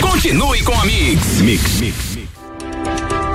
S9: Continue com a Mix. Mix, mix, mix.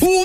S10: O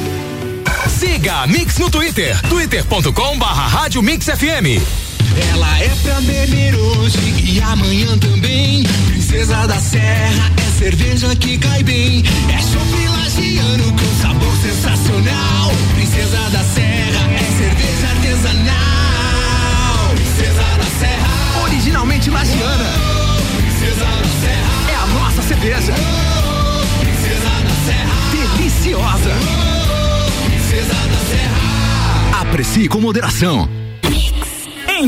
S9: Siga a Mix no Twitter, twitter.com barra Rádio Mix FM.
S11: Ela é pra beber hoje e amanhã também. Princesa da Serra é cerveja que cai bem. É chopp lagiano com sabor sensacional. Princesa da Serra é cerveja artesanal. Princesa da Serra,
S10: originalmente lagiana.
S11: Oh, Princesa da Serra
S10: é a nossa cerveja.
S11: Oh, Princesa da Serra,
S10: deliciosa.
S11: Oh, Princesa da Serra.
S12: Aprecie com moderação.
S13: Em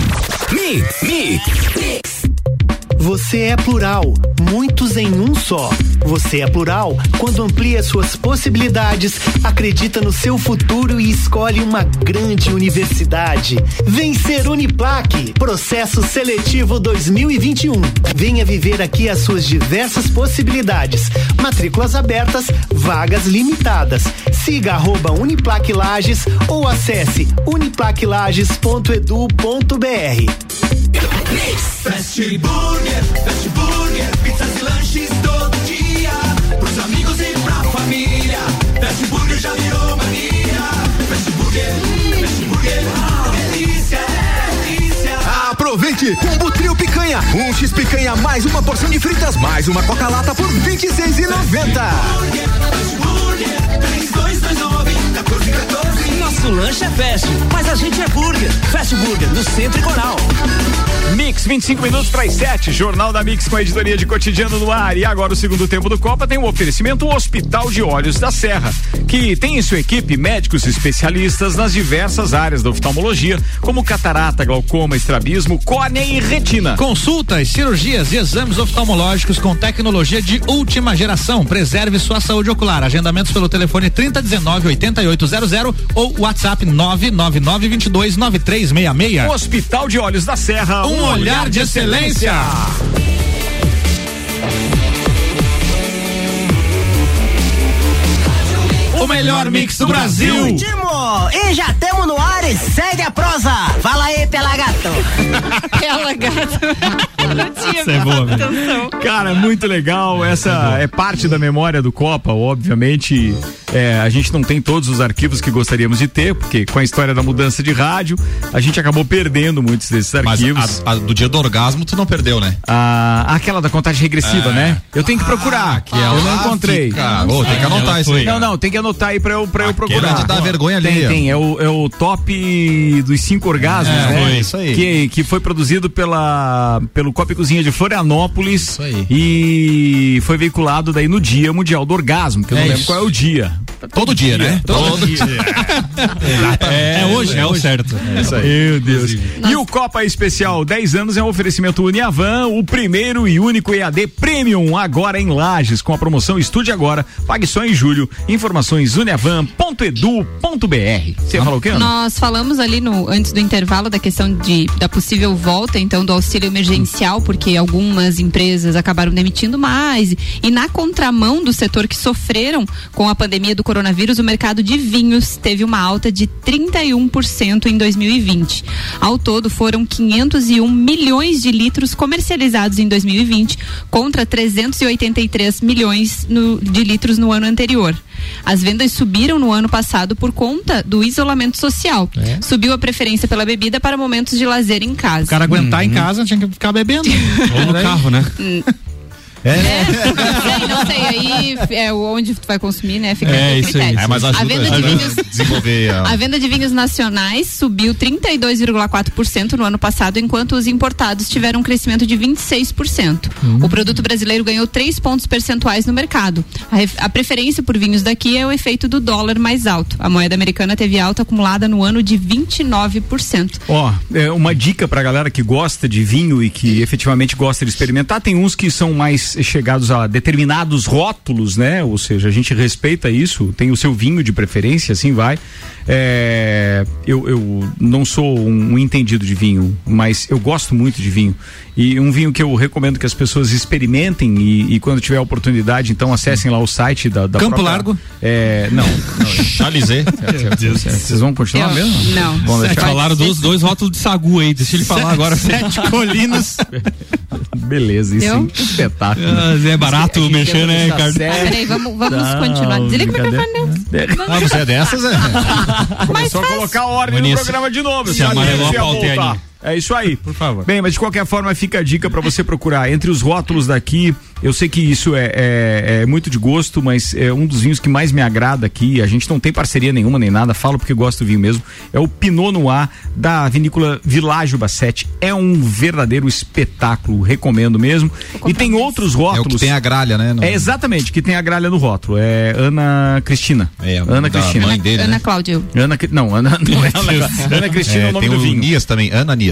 S9: Mix, mix, mix.
S14: Você é plural, muitos em um só. Você é plural quando amplia suas possibilidades, acredita no seu futuro e escolhe uma grande universidade. Vencer Uniplaque, processo seletivo 2021. Venha viver aqui as suas diversas possibilidades. Matrículas abertas, vagas limitadas. Siga arroba Uniplaque Lages ou acesse uniplaquilages.edu.br.
S11: Fast Burger, Fast Burger, pizzas e lanches todo dia. Pros amigos e pra família, Fast Burger já virou mania. Fast Burger, Fast Burger, delícia, delícia.
S12: Aproveite! Combo Trio Picanha. Um X Picanha mais uma porção de fritas mais uma Coca-Lata por R$
S11: Burger, Fast Burger, 3, 2,
S12: 26,90.
S11: 2, 9, 14, 14.
S13: Nosso lanche é fast, mas a gente é burger. Fast Burger, no Centro e Coral.
S2: Mix, 25 minutos para as 7. Jornal da Mix com a editoria de cotidiano no ar. E agora o segundo tempo do Copa tem o um oferecimento Hospital de Olhos da Serra, que tem em sua equipe médicos especialistas nas diversas áreas da oftalmologia, como catarata, glaucoma, estrabismo, córnea e retina.
S3: Consultas, cirurgias e exames oftalmológicos com tecnologia de última geração. Preserve sua saúde ocular. Agendamentos pelo telefone 3019 8800 ou WhatsApp 999 22 9366.
S2: Hospital de Olhos da Serra,
S3: Um olhar de excelência. O melhor mix do Brasil.
S15: Timo, e já tamo no ar e segue a prosa. Fala aí, pela gato.
S4: Pela gato.
S2: Não tinha Essa é boa, velho. Cara, é muito legal. Essa é parte da memória do Copa. Obviamente, é, a gente não tem todos os arquivos que gostaríamos de ter, porque com a história da mudança de rádio, a gente acabou perdendo muitos desses
S5: Mas
S2: arquivos.
S5: a- a do dia do orgasmo tu não perdeu, né?
S2: Ah, aquela da contagem regressiva,
S5: É.
S2: né? Eu tenho que procurar.
S5: ela
S2: eu não encontrei.
S5: fica- Ô, tem que anotar
S2: Ela
S5: isso
S2: foi.
S5: aí,
S2: Não,
S5: cara.
S2: não, tem que anotar aí pra eu, pra eu procurar.
S5: de dar vergonha
S2: tem,
S5: alheia.
S2: Tem, é o, é o top dos cinco orgasmos,
S5: É,
S2: né?
S5: foi isso aí.
S2: Que, que foi produzido pela, pelo Copa e Cozinha de Florianópolis. Isso aí. E foi veiculado daí no Dia Mundial do Orgasmo, que eu
S5: É
S2: não lembro
S5: isso.
S2: qual é o dia.
S5: Todo dia, né?
S2: Todo,
S5: Todo
S2: dia.
S6: É, hoje, é o certo.
S2: É isso aí. Meu Deus. E o Copa Especial 10 anos é um oferecimento Uniavan, o primeiro e único EAD Premium, agora em Lages, com a promoção Estude Agora, pague só em julho. Informações uniavan.edu.br. Você falou o quê, Ana?
S4: Nós falamos ali no antes do intervalo da questão de, da possível volta, então, do auxílio emergencial, porque algumas empresas acabaram demitindo mais. E na contramão do setor que sofreram com a pandemia do coronavírus, o mercado de vinhos teve uma alta de 31% em 2020. Ao todo, foram 501 milhões de litros comercializados em 2020, contra 383 milhões no- de litros no ano anterior. As vendas subiram no ano passado por conta do isolamento social. Subiu a preferência pela bebida para momentos de lazer em casa.
S3: O cara aguentar
S2: Uhum.
S3: em casa tinha que ficar
S2: [laughs]
S3: bebendo. Ou no carro,
S6: né?
S4: Sei, não sei, aí é onde tu vai consumir, né? Fica a
S5: É,
S4: teu
S5: isso aí.
S4: critério.
S5: É, mas
S4: a
S5: ajuda,
S4: venda de
S5: ajuda
S4: vinhos
S5: a desenvolver a-
S4: a venda de vinhos nacionais subiu 32,4% no ano passado, enquanto os importados tiveram um crescimento de 26%. O produto brasileiro ganhou 3 pontos percentuais no mercado. A, ref- a preferência por vinhos daqui é o efeito do dólar mais alto. A moeda americana teve alta acumulada no ano de 29%.
S2: Ó, é uma dica pra galera que gosta de vinho e que efetivamente gosta de experimentar. Tem uns que são mais chegados a determinados rótulos, né? Ou seja, a gente respeita isso, tem o seu vinho de preferência, assim vai. É, eu, eu não sou um, um entendido de vinho, mas eu gosto muito de vinho. E um vinho que eu recomendo que as pessoas experimentem e, e quando tiver a oportunidade, então acessem lá o site da, da
S3: Campo
S2: própria-
S3: Largo?
S2: É, não. não Chalizé.
S5: É,
S2: Vocês vão continuar
S6: Eu-
S2: mesmo?
S6: não.
S2: Vamos
S6: Sete
S2: deixar?
S6: falaram dos dois rótulos de sagu aí, deixa ele falar agora.
S2: Sete colinas. Beleza, isso é um
S4: Eu?
S2: espetáculo.
S6: Ah, é barato
S2: Isso aqui
S6: mexer,
S2: tem
S6: né,
S2: luz da
S6: Ricardo?
S2: sete.
S4: Ah, peraí, vamos- vamos
S2: Não,
S4: continuar. Desliga o
S2: brincadeira.
S4: microfone, né?
S2: Ah, você é dessas, é?
S4: Mas
S2: Começou a
S4: faz-
S2: colocar ordem
S6: Maninha,
S2: no
S6: se-
S2: programa de novo.
S6: se
S2: sabe?
S6: amarelou
S2: Você
S6: a
S2: ia
S6: pauta, hein,
S2: voltar.
S6: Aninha?
S2: É isso aí.
S6: Por favor.
S2: Bem, mas de qualquer forma fica a dica pra você procurar entre os rótulos daqui. Eu sei que isso é, é- é muito de gosto, mas é um dos vinhos que mais me agrada aqui. A gente não tem parceria nenhuma nem nada, falo porque gosto do vinho mesmo. É o Pinot Noir da vinícola Világio Bassetti. É um verdadeiro espetáculo, recomendo mesmo. E tem outros rótulos.
S5: É tem a gralha, né, no-
S2: É exatamente, que tem a gralha no rótulo. É Ana Cristina. É, Ana
S5: da
S2: Cristina.
S5: mãe dele, né?
S4: Ana Cláudia.
S2: Ana, Cri- não, Ana, [laughs] não é Ana, Cláudia. Ana Cristina é, o nome
S5: tem
S2: do vinho. É.
S5: Nias também, Ananias.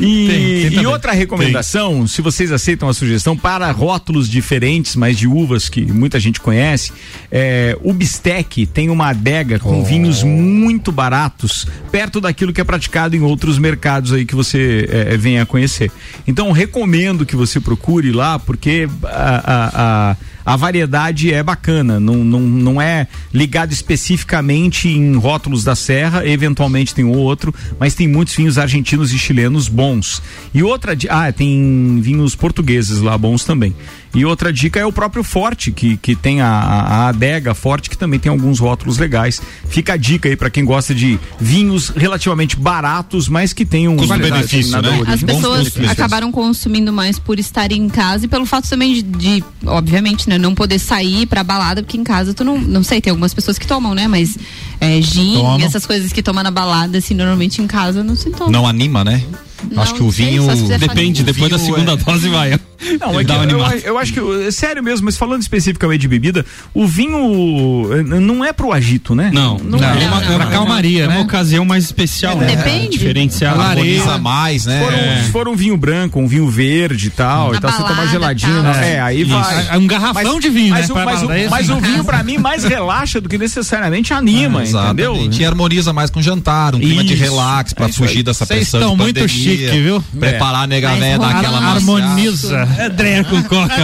S2: E, e outra recomendação, se vocês aceitam a sugestão, para rótulos diferentes, mas de uvas que muita gente conhece, é, o Bistec tem uma adega com vinhos muito baratos, perto daquilo que é praticado em outros mercados aí que você é, é, venha a conhecer. Então, recomendo que você procure lá, porque a- a- a a variedade é bacana, não, não, não é ligado especificamente em rótulos da Serra, eventualmente tem um ou outro, mas tem muitos vinhos argentinos e chilenos bons. E outra, di- ah, tem vinhos portugueses lá bons também. E outra dica é o próprio Forte, que, que tem a, a, a adega Forte, que também tem alguns rótulos legais. Fica a dica aí pra quem gosta de vinhos relativamente baratos, mas que um tenham
S5: Custo-benefício,
S2: determinada
S5: né?
S2: origem.
S4: As
S5: Bons
S4: pessoas
S5: benefícios.
S4: acabaram consumindo mais por estarem em casa e pelo fato também de, de, obviamente, né, não poder sair pra balada, porque em casa tu não, não sei, tem algumas pessoas que tomam, né, mas é, gin,
S5: Tomam.
S4: essas coisas que toma na balada, assim, normalmente em casa não se toma.
S5: Não anima, né?
S4: Não,
S5: Acho que o
S4: não sei,
S5: vinho.
S4: só se fizer
S6: Depende,
S4: farinha.
S6: depois da segunda dose vai.
S2: é. Não,
S6: Ele
S2: é que
S6: dá uma
S2: eu,
S6: animada.
S2: eu acho que, é sério mesmo, mas falando especificamente de bebida, o vinho eh, não é pro agito, né?
S6: Não, não, é uma, é uma calmaria, né? É uma ocasião mais especial, né?
S2: Depende.
S6: Diferenciada.
S2: Harmoniza
S5: mais, né?
S6: é.
S2: Foram- Se for um vinho branco, um vinho verde e tal,
S6: Uma
S2: e tal você tomar
S6: balada,
S2: geladinho,
S6: tal.
S2: né? é, aí
S6: Ah, Isso.
S2: vai.
S6: É um garrafão
S2: Mas-
S6: de vinho, né?
S2: mas
S6: Ah,
S2: o-
S6: Pra
S2: mas o,
S6: balada, é
S2: mas
S6: assim.
S2: o vinho, pra mim, mais relaxa do que necessariamente anima, entendeu?
S5: E harmoniza mais com jantar, um clima de
S2: Isso.
S5: relax pra
S2: É isso
S5: fugir
S2: aí.
S5: dessa
S2: Vocês
S5: pressão.
S2: estão
S5: de
S2: muito
S5: pandemia,
S2: chique, viu? É.
S5: Preparar a nega
S2: Mas
S5: véia, dar
S2: rola-
S5: aquela
S2: harmoniza. É,
S5: maciada.
S3: É
S5: É
S6: Andréia com coca,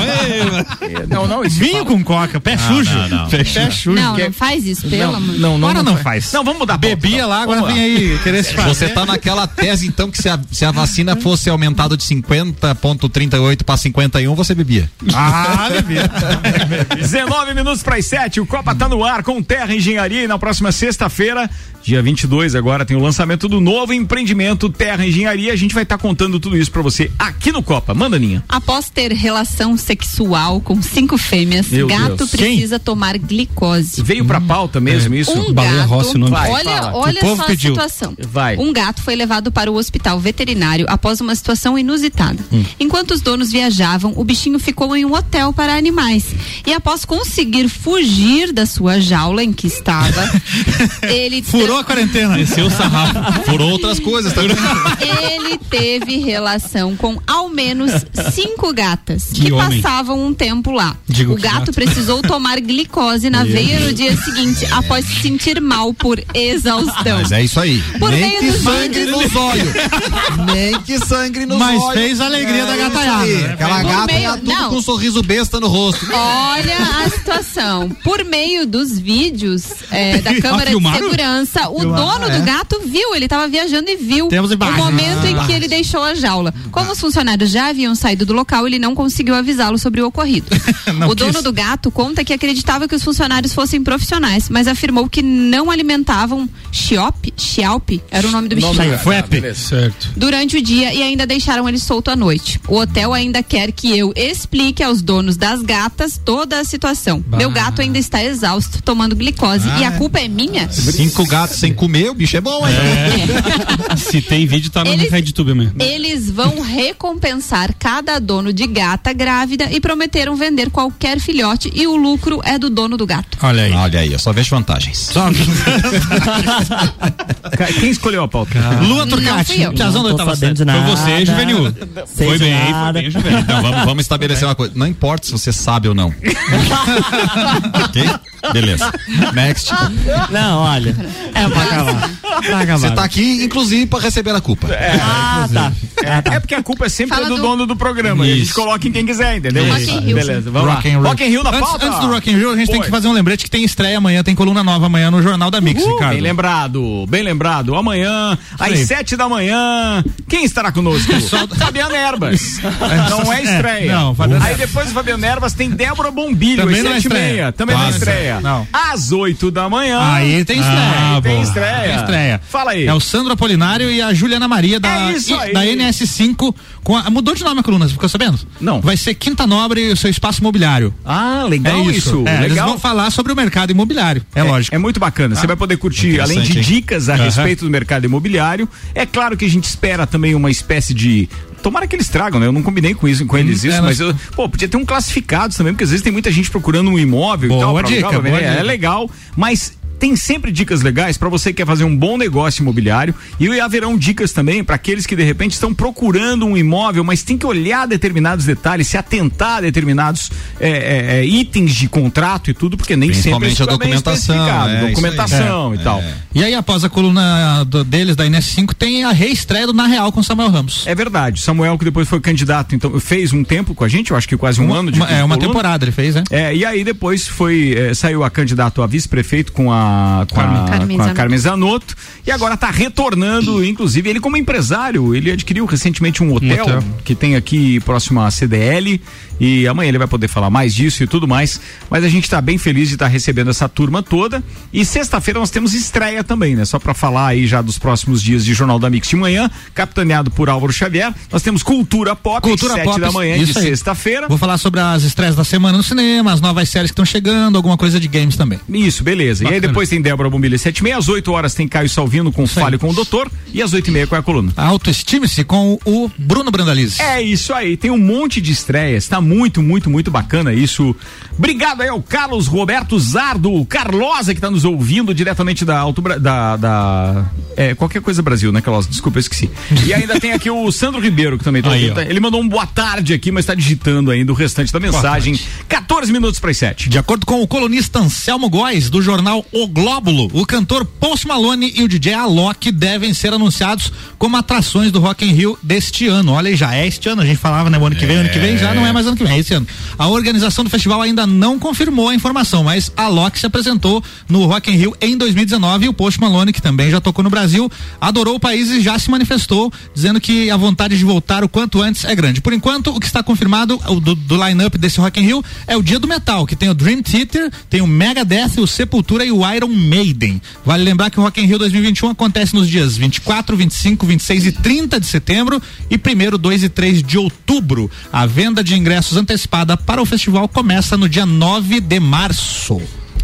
S6: velho.
S16: Não, não, isso
S3: Vinho com coca, pé
S6: Não,
S3: sujo.
S6: não, não.
S3: Pé
S6: Não,
S3: sujo.
S4: Não,
S3: Que- é
S4: não faz isso, pelo amor.
S3: não, não,
S4: Agora
S3: não faz.
S2: Não, vamos mudar a pauta,
S3: Bebia
S2: então.
S3: lá, agora
S2: Vamos
S3: vem
S2: lá.
S3: aí querer se fazer.
S5: Você tá naquela tese, então, que se a, se a vacina fosse aumentada de 50,38 para 51, você bebia.
S2: Ah, bebê. 19 minutos para as 7. O Copa tá no ar com Terra Engenharia. E na próxima sexta-feira, dia 22, agora tem o lançamento do novo empreendimento Terra Engenharia. A gente vai estar contando tudo isso para você aqui no Copa. Manda, Ninha.
S4: Após ter relação sexual com cinco fêmeas,
S2: Meu
S4: gato
S2: Deus.
S4: precisa tomar glicose.
S2: Veio pra pauta
S3: É,
S2: mesmo isso?
S4: Um gato, olha, olha só a situação.
S2: Vai.
S4: Um gato foi levado para o hospital veterinário após uma situação inusitada.
S5: Hum.
S4: Enquanto os donos viajavam, o bichinho ficou em um hotel para animais. E após conseguir fugir da sua jaula em
S5: [laughs]
S4: que estava, ele
S3: Furou a quarentena.
S5: Desceu o
S3: [laughs]
S5: sarrafo. Furou outras coisas
S3: tá
S5: também.
S4: Ele teve relação com ao menos cinco gatas
S5: Que
S4: que,
S5: homem.
S4: passavam um tempo lá.
S5: Digo
S4: o
S5: que
S4: gato,
S5: gato.
S4: precisou tomar glicose na
S5: Meu
S4: veia no
S5: Deus.
S4: dia seguinte após se sentir mal
S5: [laughs]
S4: por exaustão.
S5: Mas é isso aí.
S4: Por meio
S5: que
S4: do
S5: sangre
S4: sangue.
S5: nos olhos. Nem que sangre nos
S3: Mas
S5: olhos. É
S3: fez a alegria da
S5: isso
S3: gataiada,
S5: aí.
S3: né?
S5: Aquela
S4: Por
S5: gata
S4: meio-
S5: tá tudo
S4: não.
S5: com um sorriso besta no rosto.
S4: Olha a situação. Por meio dos vídeos é, da
S5: Ah,
S4: câmera de
S5: filmaram?
S4: segurança, o
S5: Filmaram,
S4: dono
S5: é.
S4: do gato viu. Ele estava viajando e viu
S3: Temos
S4: o
S3: imagens.
S4: momento em que
S3: Imagens.
S4: ele deixou a jaula. Como os funcionários já haviam saído do local, ele não conseguiu avisá-lo sobre o ocorrido.
S3: [laughs] Não
S4: o dono
S3: quis.
S4: do gato conta que acreditava que os funcionários fossem profissionais, mas afirmou que não alimentavam chiope, chialpe, era o nome do bichinho.
S6: Certo.
S4: Durante o dia e ainda deixaram ele solto à noite. O hotel ainda quer que eu explique aos donos das gatas toda a situação. Meu gato ainda está exausto, tomando glicose. e
S2: Ah.
S4: a culpa é minha?
S5: Cinco gatos sem comer, o bicho é bom, hein?
S6: Se tem vídeo, tá no
S4: Eles-
S6: RedTube mesmo.
S4: Eles vão recompensar cada dono de gata grávida e prometeram vender qualquer filhote e o lucro é do dono do gato.
S5: Olha aí. Olha aí, eu só vejo vantagens. [laughs]
S2: Ca- Quem escolheu a pauta?
S3: Lua
S4: Não fui
S3: Turcati,
S4: eu.
S3: Piazão da
S4: Não tô
S3: oitava
S4: sabendo de
S3: série.
S4: nada.
S5: tá Foi você, Juvenil.
S4: Sei
S5: foi
S4: de
S5: bem,
S4: nada.
S5: foi bem, Juvenil. Então vamos, vamos estabelecer uma coisa. Não importa se você sabe ou não.
S4: [laughs]
S5: ok? Beleza. Next.
S7: Não, olha. É pra acabar. Pra acabar.
S5: Você tá aqui, inclusive, pra receber a culpa.
S7: Ah, tá.
S2: É, é porque a culpa é sempre
S4: Fala
S2: do,
S4: do-
S2: dono do programa. E A gente
S5: Isso.
S2: coloca em quem quiser, entendeu?
S3: Rock in Rio.
S2: Beleza, vamos
S3: Rock
S2: lá.
S3: in Rio.
S2: Rock in Rio na
S3: antes,
S2: pauta.
S3: Antes do Rock in Rio, a gente tem
S2: Oi.
S3: que fazer um lembrete que tem estreia amanhã, tem coluna nova amanhã no Jornal da Mix,
S2: Uhul,
S3: Ricardo.
S2: Bem lembrado, bem lembrado. Amanhã, às
S3: aí.
S2: sete da manhã, quem estará
S3: [laughs]
S2: conosco? Fabiano Erbas. Não é
S3: É,
S2: estreia.
S3: não, Fabiano
S2: Aí depois do Fabiano Erbas tem Débora Bombilho,
S3: Também
S2: às
S3: não é
S2: sete e
S3: estreia.
S2: meia. Também não é
S3: Quase.
S2: estreia.
S3: Não.
S2: Às oito da manhã.
S3: Aí tem estreia.
S2: Aí
S3: Ah,
S2: tem
S3: boa.
S2: estreia.
S3: Tem estreia.
S2: Fala aí.
S3: É o Sandro Apolinário e a Juliana Maria da,
S2: É isso
S3: I-
S2: aí.
S3: da NS5. Com a- mudou de nome a coluna, você ficou sabendo? Não. Vai ser Quinta Nobre e o seu espaço imobiliário.
S2: Ah, legal
S3: é
S2: isso.
S3: É, Eles
S2: Legal.
S3: vão falar sobre o mercado imobiliário. É, lógico.
S2: É muito bacana. Você
S3: Ah,
S2: vai poder curtir, além de
S3: interessante, hein?
S2: dicas a
S3: Aham.
S2: respeito do mercado imobiliário. É claro que a gente espera também uma espécie de. Tomara que eles tragam, né? Eu não combinei com isso, com eles isso,
S3: é,
S2: mas
S3: mas-
S2: eu, pô, podia ter um classificado também, porque às vezes tem muita gente procurando um imóvel e
S3: Boa
S2: tal. pra alugar,
S3: dica,
S2: pra vender.
S3: boa
S2: é
S3: dica.
S2: legal, mas tem sempre dicas legais para você que quer fazer um bom negócio imobiliário e haverão dicas também para aqueles que de repente estão procurando um imóvel, mas tem que olhar determinados detalhes, se atentar a determinados é, é, é, itens de contrato e tudo, porque nem sempre
S5: Principalmente
S2: isso
S5: a
S2: fica bem
S5: documentação,
S2: especificado,
S5: é, isso aí.
S2: documentação
S5: É,
S2: e tal.
S3: E aí, após a coluna do- deles da NS5, tem a reestreia do Na Real com Samuel Ramos.
S2: É verdade. Samuel, que depois foi candidato, então fez um tempo com a gente, eu acho que quase um ano de.
S3: Uma- é, uma
S2: coluna.
S3: temporada ele fez, né?
S2: É, e aí depois foi, eh, saiu a candidato a vice-prefeito com a, com a,
S3: Carmen
S2: com a
S3: Zanotto.
S2: Carmen Zanotto e agora tá retornando, inclusive ele como empresário, ele adquiriu recentemente um hotel,
S6: hotel.
S2: que tem aqui próximo à CDL e amanhã ele vai poder falar mais disso e tudo mais, mas a gente tá bem feliz de estar recebendo essa turma toda e sexta-feira nós temos estreia também, né? Só pra falar aí já dos próximos dias de Jornal da Mix de manhã, capitaneado por Álvaro Xavier, nós temos Cultura Pop,
S3: Cultura
S2: às sete
S3: Pop.
S2: da manhã
S3: isso
S2: de
S3: aí.
S2: sexta-feira.
S3: Vou falar sobre as estreias da semana no cinema, as novas séries que estão chegando, alguma coisa de games também.
S2: Isso, beleza. E aí
S3: Bacana.
S2: depois tem Débora Bombilha 7 às 8 horas tem Caio Salvino com Fale com o Doutor e às 8 e meia com a coluna.
S3: Autoestime-se com o Bruno Brandalize.
S2: É isso aí, tem um monte de estreias, tá muito, muito, muito bacana isso. Obrigado aí ao Carlos Roberto Zardo, Carlosa que tá nos ouvindo diretamente da Alto Bra- da, da é, qualquer coisa Brasil, né, Carlosa? Desculpa, eu esqueci. E ainda tem aqui o Sandro Ribeiro que também tá
S6: Aí,
S2: ouvindo.
S6: ó.
S2: Ele mandou um boa tarde aqui, mas tá digitando ainda o restante da mensagem. 14 14 minutos para as 7.
S3: De acordo com o colunista Anselmo Góes, do jornal O Glóbulo, o cantor Post Malone e o DJ Alok devem ser anunciados como atrações do Rock in Rio deste ano. Olha, aí, já é este ano, a gente falava, né? O ano que vem, ano que vem, já não é mais ano que vem, é esse ano. A organização do festival ainda não confirmou a informação, mas Alok se apresentou no Rock in Rio em 2019 e o Post Malone, que também já tocou no Brasil, adorou o país e já se manifestou, dizendo que a vontade de voltar o quanto antes é grande. Por enquanto, o que está confirmado o do, do line-up desse Rock in Rio é o Dia do Metal, que tem o Dream Theater, tem o Megadeth, o Sepultura e o Iron Maiden. Vale lembrar que o Rock in Rio 2021 acontece nos dias 24, 25, 26 e 30 de setembro e 1 2 e 3 de outubro. A venda de ingressos antecipada para o festival começa no dia 9 de março.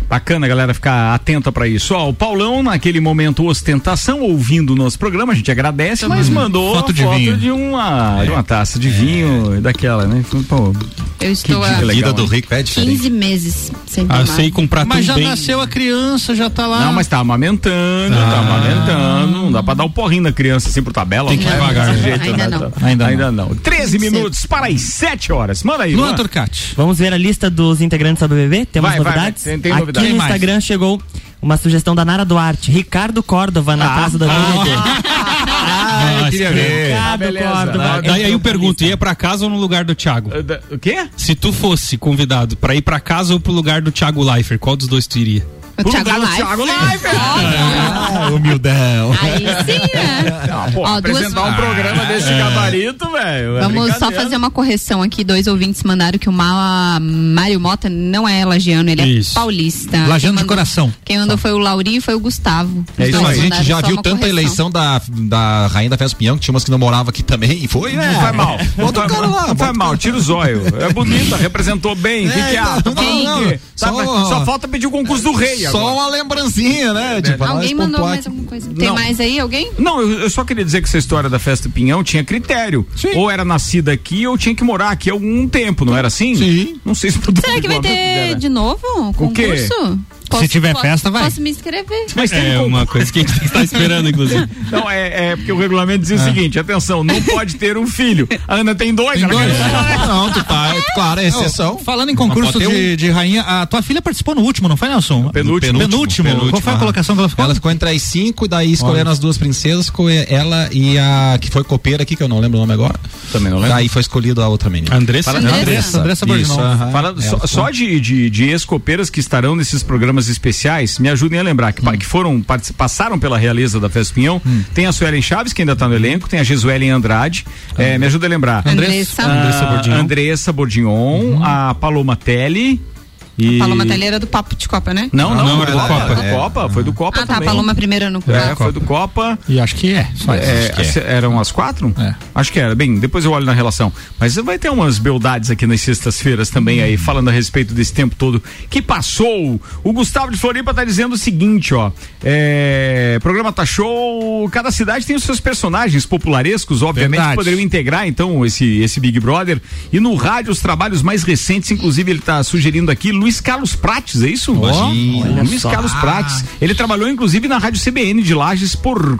S2: Bacana, galera, ficar atenta pra isso. Ó, o Paulão, naquele momento ostentação, ouvindo o nosso programa, a gente agradece, mas mandou
S3: Foto de vinho.
S2: de uma, de uma taça de vinho e daquela, né? Então, pô,
S4: Eu estou
S2: dica
S4: há
S2: legal, Ah, hein?
S5: é
S4: 15 meses sem
S6: Ah,
S4: tomar.
S3: Mas já nasceu a criança, já tá lá.
S2: Não, mas tá amamentando, tá amamentando. Não dá pra dar o porrinho na criança assim por tabela.
S3: Tem que
S2: não é
S3: devagar,
S2: desse
S3: né?
S2: jeito,
S3: Ainda
S2: né?
S3: não.
S2: Então, Ainda, não. 13 minutos para as 7 horas. Manda aí.
S7: Luan
S2: Luan.
S3: Turcati.
S7: Vamos ver a lista dos integrantes do BBB? Temos
S2: Vai, vai,
S7: novidades?
S2: vai. Tem- tem
S7: Aqui
S2: novidades.
S7: no
S2: Tem mais.
S7: Instagram chegou uma sugestão da Nara Duarte. Ricardo Córdova na casa da BBB.
S3: Ah.
S6: Ah,
S7: queria ver. Ricardo Córdova.
S2: é
S6: Daí aí eu pergunto, ia pra casa ou no lugar do Thiago?
S2: Ah, O quê?
S6: Se tu fosse convidado pra ir pra casa ou pro lugar do Thiago Leifert, qual dos dois tu iria?
S4: O
S2: Pro
S4: Thiago
S2: lugar do
S4: Live.
S2: Thiago Leifert.
S6: Ah, humildão.
S4: Aí sim, né?
S2: Ah, pô,
S4: Ó,
S2: apresentar
S4: duas-
S2: um programa desse
S6: é.
S2: gabarito, velho. é
S4: Vamos só
S2: brincadeira.
S4: fazer uma correção aqui. Dois ouvintes mandaram que o Ma- Mário Mota não é lagiano, ele
S5: Isso.
S4: é paulista.
S5: Lagiano
S4: Quem
S5: de
S4: mandou-
S5: coração.
S4: Quem mandou foi o Laurinho e foi o Gustavo. Os
S5: É isso
S4: dois
S5: aí. A gente
S4: mandaram
S5: já
S4: só
S5: viu
S4: uma
S5: tanta
S4: correção.
S5: eleição da, da Rainha da Festa Pinhão, que tinha umas que não morava aqui também, e
S3: É.
S5: foi, né?
S2: Não faz mal.
S5: Bota o
S2: Não faz
S5: cara
S2: mal,
S5: lá.
S2: Não faz
S5: bota-
S2: mal, tira o zóio. É bonita, representou bem. O que,
S5: É,
S2: que é?
S5: então,
S2: Tá falando
S5: não,
S2: o quê?
S5: só- É,
S2: Tá, mas só falta pedir o concurso do rei
S5: Só
S2: agora.
S5: uma lembrancinha,
S3: É
S5: né? Tipo,
S4: Alguém
S5: nós
S4: mandou
S5: pontuar
S4: mais
S5: aqui.
S4: alguma coisa? Tem
S2: Não.
S4: mais aí? Alguém?
S2: Não, eu, eu só queria dizer que essa história da festa do Pinhão tinha critério. Ou era nascida aqui ou tinha que morar aqui algum tempo, não era assim? Sim. Não sei se pro
S4: Será que vai ter de novo
S2: né? O quê?
S4: concurso?
S2: tiver festa, vai.
S4: Posso me inscrever.
S2: Mas tem
S6: É
S2: como-
S6: uma coisa que a gente tá esperando, inclusive.
S2: Não, é, é porque o regulamento dizia o seguinte: atenção, não pode ter um filho. A Ana tem dois, ela quer-
S5: Não, tu tá, claro, é exceção.
S3: é?
S5: um.
S3: Falando em concurso de, de rainha, a tua filha participou no último, não foi, Nelson?
S5: Penúltimo.
S3: Penúltimo. Qual foi a
S5: aham.
S3: colocação que ela ficou?
S5: ficou entre as cinco e daí escolheram
S3: Olha.
S5: as duas princesas, ficou ela e a que foi copeira aqui, que eu não lembro o nome agora.
S2: Também não lembro.
S5: Daí foi escolhida a outra menina.
S6: Andressa?
S2: Andressa.
S5: Andressa
S2: Isso,
S5: Borginol.
S3: Ah,
S2: aham. Fala só, só de, de, de ex-copeiras que estarão nesses programas especiais, me ajudem a lembrar que, pa- que foram, partici- passaram pela realeza da Festa Pinhão. Tem a Suelen Chaves, que ainda está no elenco, tem a Gesuelen Andrade. eh, me ajuda a lembrar.
S4: Andressa.
S2: Ah,
S4: Andressa Bordignon.
S2: Andressa Bordignon, a Paloma Telli. E...
S4: Paloma é Telha era do Papo de Copa, né?
S2: Não, não,
S6: Não,
S2: foi
S6: era
S2: do
S6: da Copa.
S2: Copa. Foi
S6: É.
S2: do Copa, foi do Copa
S4: Ah, tá. A
S2: também.
S4: Paloma primeira no
S2: É,
S4: Copa.
S2: foi do Copa.
S3: E acho que é. só isso.
S2: É, se- Eram as quatro? Acho que era. Bem, depois eu olho na relação. Mas [laughs] vai ter umas beldades aqui nas sextas-feiras também aí, falando a respeito desse tempo todo que passou. O Gustavo de Floripa tá dizendo o seguinte, ó. É, programa tá show. Cada cidade tem os seus personagens popularescos, obviamente,
S3: Verdade.
S2: que poderiam integrar, então, esse, esse Big Brother. E no rádio, os trabalhos mais recentes, inclusive, ele tá sugerindo aqui Luiz Carlos Prates, é isso?
S5: Imagina.
S2: Luiz
S5: Olha só.
S2: Carlos Prates. Ele trabalhou, inclusive, na Rádio CBN de Lages por.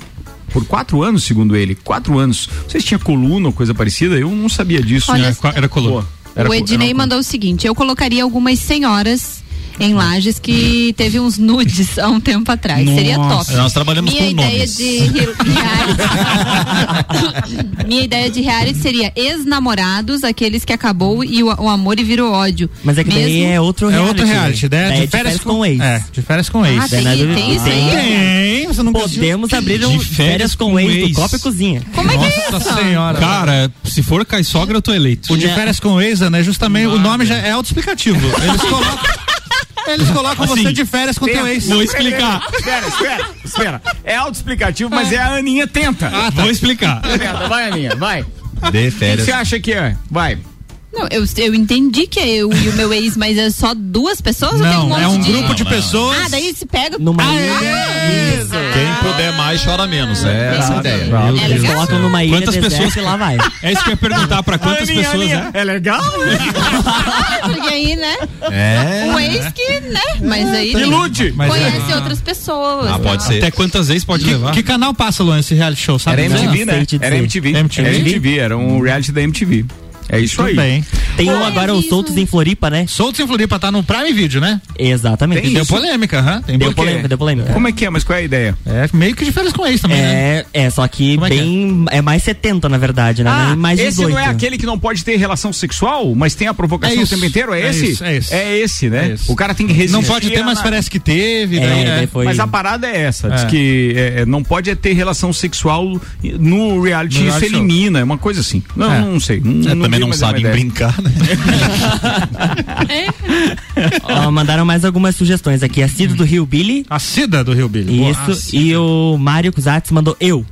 S2: Por quatro anos, segundo ele. Quatro anos. Não sei se tinha coluna ou coisa parecida, eu não sabia disso.
S4: Olha
S3: É,
S2: Era
S4: só.
S2: co- era coluna. Era
S4: o
S2: co-
S4: Ednei
S2: era uma-
S4: mandou o seguinte: eu colocaria algumas senhoras em lajes que teve uns nudes há um tempo atrás. Seria
S5: Nossa.
S4: top.
S5: Nós trabalhamos
S4: Minha
S5: com
S4: ideia
S5: nomes.
S4: de re- [laughs] reality. Minha ideia de reality seria ex-namorados, aqueles que acabou e o, o amor e virou ódio.
S7: Mas é que daí é outro
S3: É
S7: reality.
S3: outro reality, né?
S7: Daí é
S3: De férias com ex. É, de férias com
S7: Ah,
S3: ex.
S7: tem- Daí nós- tem isso aí?
S3: Tem, você não
S7: Podemos abrir um
S6: De
S7: férias, com, ex, do Copa e Cozinha.
S4: Como é que é
S3: Nossa
S4: isso?
S3: senhora.
S6: Cara, se for caiçogra, eu tô eleito. É.
S3: O de férias com ex, né? Justamente o nome já é autoexplicativo.
S6: [laughs]
S3: Eles colocam. Eles colocam você
S2: Assim,
S3: de férias com teu
S2: tenta-
S3: ex.
S2: Vou explicar. Espera, espera, espera. É autoexplicativo,
S4: Ah.
S2: mas é a Aninha tenta.
S7: Ah, tá.
S6: Vou
S7: [laughs]
S6: explicar.
S2: Tenta, Vai, Aninha, vai.
S5: De
S2: O que
S5: férias.
S2: você acha que é? Vai.
S4: Não, eu, eu entendi que é eu e o meu ex, mas é só duas pessoas? ou tem um
S3: Não,
S4: monte
S3: é um
S4: de...
S3: grupo de pessoas.
S4: Ah, daí se pega.
S7: Numa
S4: Ah,
S5: Quem puder mais, chora menos. É essa a ideia.
S7: Eles colocam numa ilha
S6: ah, Quantas
S7: deserta
S6: pessoas-
S7: e lá
S3: [laughs]
S7: vai.
S6: É isso que eu ia perguntar pra quantas
S2: Aninha,
S6: pessoas,
S2: Aninha,
S6: né?
S2: É legal?
S4: Porque aí, né?
S5: É.
S4: Um ex que, né? Mas aí.
S2: Tem
S4: né,
S2: lute.
S3: Mas
S4: conhece outras pessoas.
S5: Ah, pode
S4: né?
S5: ser.
S6: Até quantas vezes pode levar?
S3: Que canal passa, Luan, esse reality show? Sabe
S2: Era
S3: dizer?
S2: MTV,
S7: sei
S2: né?
S7: te dizer.
S2: Era MTV.
S3: MTV?
S2: Era MTV, era um reality da MTV. É isso
S3: Tudo
S2: aí.
S3: bem.
S7: Tem um agora, o Soltos em Floripa, né?
S3: Soltos em Floripa tá no Prime Video, né?
S7: Exatamente.
S3: Tem deu polêmica, hã? Tem
S7: Deu
S3: por quê?
S7: polêmica, deu polêmica.
S2: Como é que é? Mas qual é a ideia?
S3: É meio que de férias com ex também,
S7: é,
S3: né?
S7: É, só que
S3: Como é que
S7: bem. É? mais 70, na verdade, né?
S2: Ah,
S7: Nem mais
S2: esse
S7: 18.
S2: não é aquele que não pode ter relação sexual, mas tem a provocação
S7: É
S2: o
S7: isso.
S2: tempo inteiro? É,
S7: É
S2: esse?
S7: isso, é esse.
S2: esse, né?
S7: É esse.
S2: O cara tem que resistir.
S3: Não pode ter, mas
S2: na- É,
S3: parece que
S7: É,
S3: teve. daí, né?
S2: Mas a parada é essa, diz
S3: É.
S2: que é, é, não pode é ter relação sexual no reality,
S3: No
S2: se
S3: reality show.
S2: elimina, é uma coisa assim. Não,
S3: É.
S2: não
S5: É,
S2: sei.
S5: também
S2: vi,
S5: não
S2: mas é uma
S5: sabem
S2: ideia.
S5: brincar, né?
S7: Ó, mandaram mais algumas sugestões aqui. A Cida do Rio Billy.
S3: A Cida do Rio Billy.
S7: Isso. e o Mário Cusatz mandou eu.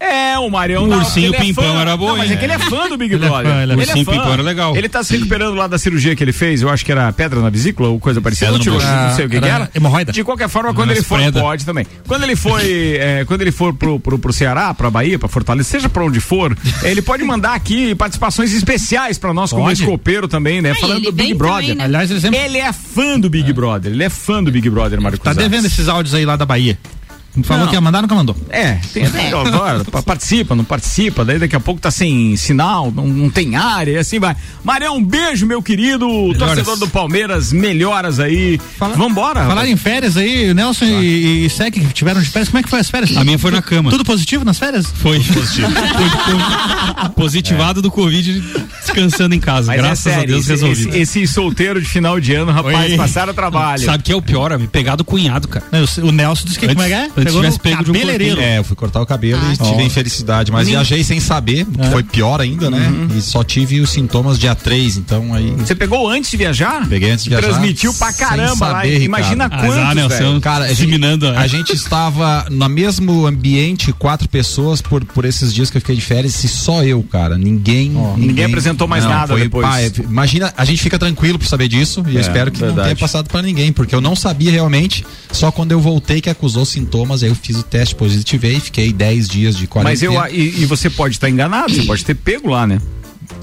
S2: É, o Marião.
S7: O
S2: tá-
S7: Ursinho
S2: ele é
S7: Pimpão
S2: fã-
S7: era bom,
S2: Não, mas
S7: hein?
S2: é que ele é fã do Big
S7: Ele é
S2: Brother.
S7: fã, ele é
S2: Ele
S7: fã.
S2: é
S7: Ursinho
S2: fã.
S7: Pimpão era legal.
S2: Ele tá se recuperando lá da cirurgia que ele fez, eu acho que era pedra na vesícula ou coisa parecida.
S3: Pedra
S2: Ou
S3: no
S2: tirou,
S3: bucho.
S2: não sei o que,
S3: Era
S2: que era.
S3: hemorroida.
S2: De qualquer forma, quando
S3: Nas
S2: ele for,
S3: predas.
S2: pode também. Quando ele foi, é, quando ele for pro, pro, pro Ceará, pra Bahia, pra Fortaleza, seja pra onde for, ele pode mandar aqui participações especiais pra nós, como
S3: Pode.
S2: escopeiro também, né?
S3: Ah,
S2: Falando
S3: ele
S2: do Big
S3: vem
S2: Brother.
S3: também, né? Aliás, ele sempre-
S2: é fã do Big Brother, ele é fã do Big Brother, Mário
S3: Tá
S2: Cruzat.
S3: devendo esses áudios aí lá da Bahia. Falou
S2: Não.
S3: que ia mandar, nunca mandou.
S2: É, tem até
S3: É.
S2: agora, pa- participa, não participa, daí daqui a pouco tá sem sinal, não, não tem área e assim vai. Marião, um beijo, meu querido, torcedor do Palmeiras, melhoras aí. Vambora.
S3: Falaram em férias aí, o Nelson e, e Sec que tiveram de férias. Como é que foi as férias?
S6: Ah. A minha foi na
S3: Tu-
S6: cama.
S3: Tudo positivo nas férias?
S6: [laughs] Foi. Positivo. Positivado do Covid, descansando em casa.
S2: Mas é
S6: Graças a
S2: sério,
S6: Deus
S2: esse-
S6: resolvido.
S2: Esse, esse solteiro de final de ano, rapaz,
S6: Oi.
S2: passaram trabalho.
S6: Sabe o que é o pior, amigo? Pegar do cunhado, cara.
S3: o Nelson disse que
S6: antes,
S3: como é que é?
S6: Antes tivesse pego de um
S3: cabeleireiro.
S5: É, eu fui cortar o cabelo e
S3: Ah.
S5: tive a infelicidade, mas
S3: Nem-
S5: viajei sem saber,
S3: É.
S5: foi pior ainda, né?
S6: Uhum.
S5: E só tive os sintomas dia 3, então aí.
S2: Você pegou antes de viajar?
S5: Peguei antes de viajar.
S2: Transmitiu pra
S5: sem
S2: caramba lá,
S5: saber,
S2: imagina
S5: Ricardo.
S2: quantos, Azar, Nelson, velho.
S5: Cara, a gente-
S2: [laughs] disseminando,
S5: a gente estava no mesmo ambiente, quatro pessoas por, por esses dias que eu fiquei de férias, e só eu, cara. Ninguém.
S2: ninguém apresentou mais nada
S5: foi-
S2: depois.
S5: pá, é- imagina, a gente fica tranquilo por saber disso e eu
S2: É,
S5: espero que não
S2: verdade.
S5: tenha passado pra ninguém, porque eu não sabia realmente. Só quando eu voltei que acusou sintomas, aí eu fiz o teste, positivei, fiquei 10 dias de
S2: Mas
S5: quarentena.
S2: eu, e, e você pode estar enganado, você pode ter pego lá, né?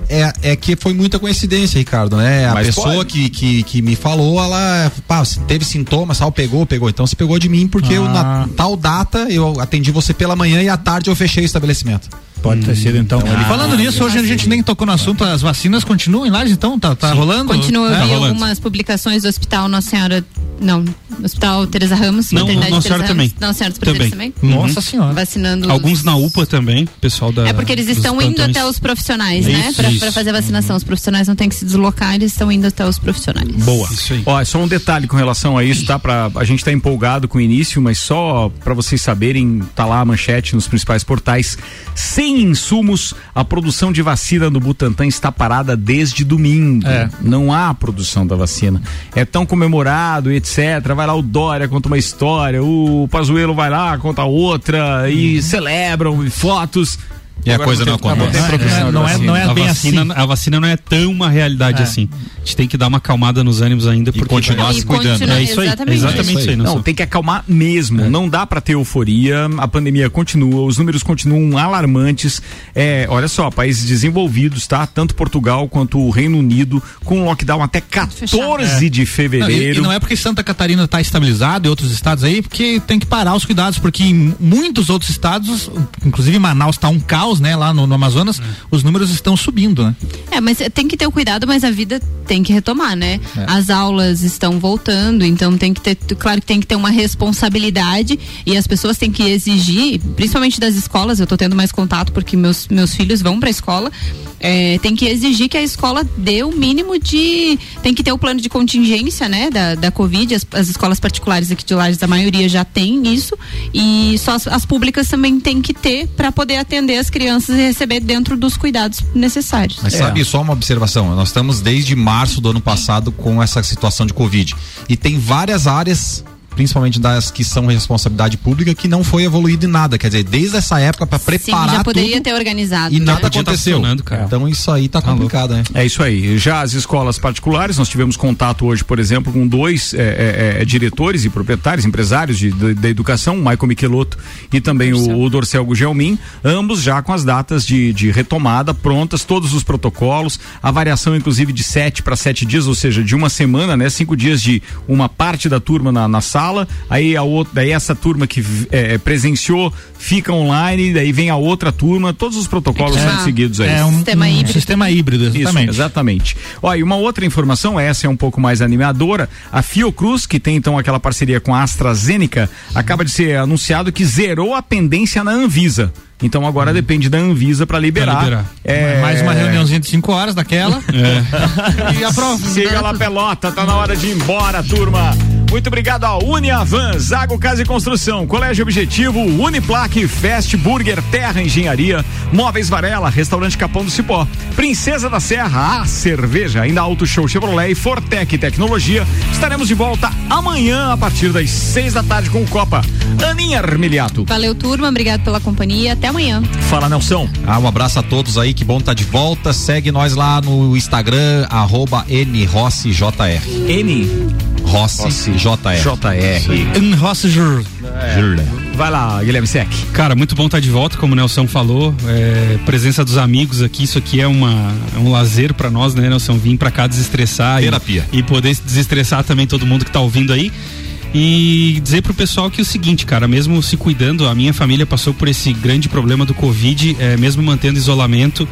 S5: É, é que foi muita coincidência, Ricardo, né? A
S2: Mas
S5: pessoa
S2: pode.
S5: que, que, que me falou, ela pá, se teve sintomas, tal, pegou, pegou. Então se pegou de mim, porque eu,
S3: Ah.
S5: na tal data eu atendi você pela manhã e à tarde eu fechei o estabelecimento.
S3: Pode ter sido, então.
S5: ele-
S3: Falando
S5: Ah,
S3: nisso,
S5: eu
S3: hoje a gente nem tocou no assunto. As vacinas continuam em Lages, então? Tá, tá rolando?
S4: Continua, eu
S3: Tá
S4: vi
S3: rolando.
S4: algumas publicações do Hospital Nossa Senhora. Não, Hospital Teresa Ramos,
S6: Não,
S4: Maternidade
S6: Nossa Senhora
S4: Teresa Ramos,
S6: também.
S4: Nossa Senhora dos Prazeres também.
S6: Também. Nossa Uhum. Senhora.
S4: Vacinando. os-
S6: Alguns na UPA também, pessoal da.
S4: É porque eles
S6: dos
S4: estão indo
S6: plantões. É
S4: até os profissionais, né?
S6: Isso,
S4: Pra,
S6: isso.
S4: pra fazer a vacinação. Os profissionais não têm que se deslocar, eles estão indo até os profissionais.
S2: Boa. Isso aí. Ó, só um detalhe com relação a isso, tá? Pra, a gente tá empolgado com o início, mas só pra vocês saberem, tá lá a manchete nos principais portais. Sem insumos, a produção de vacina do Butantan está parada desde domingo. Não há produção da vacina. É tão comemorado, etc. Vai lá o Dória, conta uma história, o Pazuello vai lá, conta outra, e celebram, e fotos.
S5: E a
S2: Agora
S5: coisa
S2: tem-
S5: não acontece.
S2: tem produção de vacina.
S6: a vacina, A vacina não é tão uma realidade
S2: assim. É.
S6: assim. A gente tem que dar uma acalmada nos ânimos ainda porque
S2: continuar
S6: vai-
S2: se cuidando.
S6: É isso aí. Exatamente, isso aí.
S2: Não,
S6: Nelson.
S2: tem que acalmar
S3: É.
S2: mesmo. Não dá pra ter euforia. A pandemia continua, os números continuam alarmantes. É, olha só, países desenvolvidos, tá? Tanto Portugal quanto o Reino Unido com lockdown até 14 de
S3: Não, e-
S2: fevereiro.
S3: e É. não é porque Santa Catarina está estabilizado e outros estados aí, porque tem que parar os cuidados, porque em muitos outros estados, inclusive Manaus está um caos, né? Lá no, no Amazonas,
S2: É.
S3: os números estão subindo, né?
S4: É, mas tem que ter o cuidado, mas a vida tem que retomar, né?
S3: É.
S4: As aulas estão voltando, então tem que ter, claro que tem que ter uma responsabilidade e as pessoas têm que exigir, principalmente das escolas, eu tô tendo mais contato porque meus, meus filhos vão pra escola, é, tem que exigir que a escola dê o mínimo de, tem que ter o plano de contingência, né, da, da Covid, as, as escolas particulares aqui de Lages, a maioria já tem isso e só as, as públicas também tem que ter para poder atender as crianças e receber dentro dos cuidados necessários.
S2: É.
S5: Mas sabe, só uma observação, nós estamos desde março do ano passado com essa situação de Covid. E tem várias áreas, principalmente das que são responsabilidade pública, que não foi evoluído em nada. Quer dizer, desde essa época para
S4: Sim,
S5: preparar
S4: já
S5: tudo
S4: poderia ter organizado.
S5: e
S4: né?
S5: nada aconteceu. Então isso aí tá complicado, né?
S2: É isso aí. Já as escolas particulares, nós tivemos contato hoje, por exemplo, com dois eh, eh, eh, diretores e proprietários, empresários de, de- da educação, o Michael Michelotto e também o, o Dorcel Gugelmin, ambos já com as datas de, de retomada prontas, todos os protocolos, a variação inclusive de sete para sete dias, ou seja, de uma semana, né? Cinco dias de uma parte da turma na, na sala sala, aí a outra, daí essa turma que eh, presenciou fica online, daí vem a outra turma, todos os protocolos
S3: É que
S2: são
S3: tá-
S2: seguidos aí.
S3: é um- Sistema um híbrido. sistema híbrido,
S2: Isso,
S3: exatamente.
S2: exatamente. Ó, e uma outra informação, essa é um pouco mais animadora, a Fiocruz, que tem então aquela parceria com a AstraZeneca, acaba de ser anunciado que zerou a pendência na Anvisa. Então agora depende da Anvisa para liberar.
S3: Hum. liberar.
S2: É,
S3: Mais uma reuniãozinha de 5 horas daquela.
S2: e aprova. Chega lá, pelota, tá na hora de ir embora, turma. Muito obrigado à Uniavan, Zago Casa e Construção, Colégio Objetivo, Uniplaque, Fast Burger, Terra Engenharia, Móveis Varela, Restaurante Capão do Cipó, Princesa da Serra, a cerveja, ainda Auto Show Chevrolet e Fortec Tecnologia. Estaremos de volta amanhã a partir das seis da tarde com o Copa. Aninha Armiliato.
S4: Valeu, turma. Obrigado pela companhia. Até amanhã.
S2: Fala, Nelson.
S5: Ah, um abraço a todos aí, que bom tá de volta. Segue nós lá no Instagram, arroba NRossiJR.
S2: N.
S5: Rossi, JR.
S3: JR. Rossijur.
S6: É.
S2: Vai lá, Guilherme Sec.
S6: Cara, muito bom estar de volta, como o Nelson falou. é, presença dos amigos aqui, isso aqui é, uma, é um lazer pra nós, né, Nelson? Vim pra cá desestressar. e-
S5: Terapia.
S6: E, poder desestressar também todo mundo que tá ouvindo aí. E dizer pro pessoal que é o seguinte, cara, mesmo se cuidando, a minha família passou por esse grande problema do Covid, é, mesmo mantendo isolamento.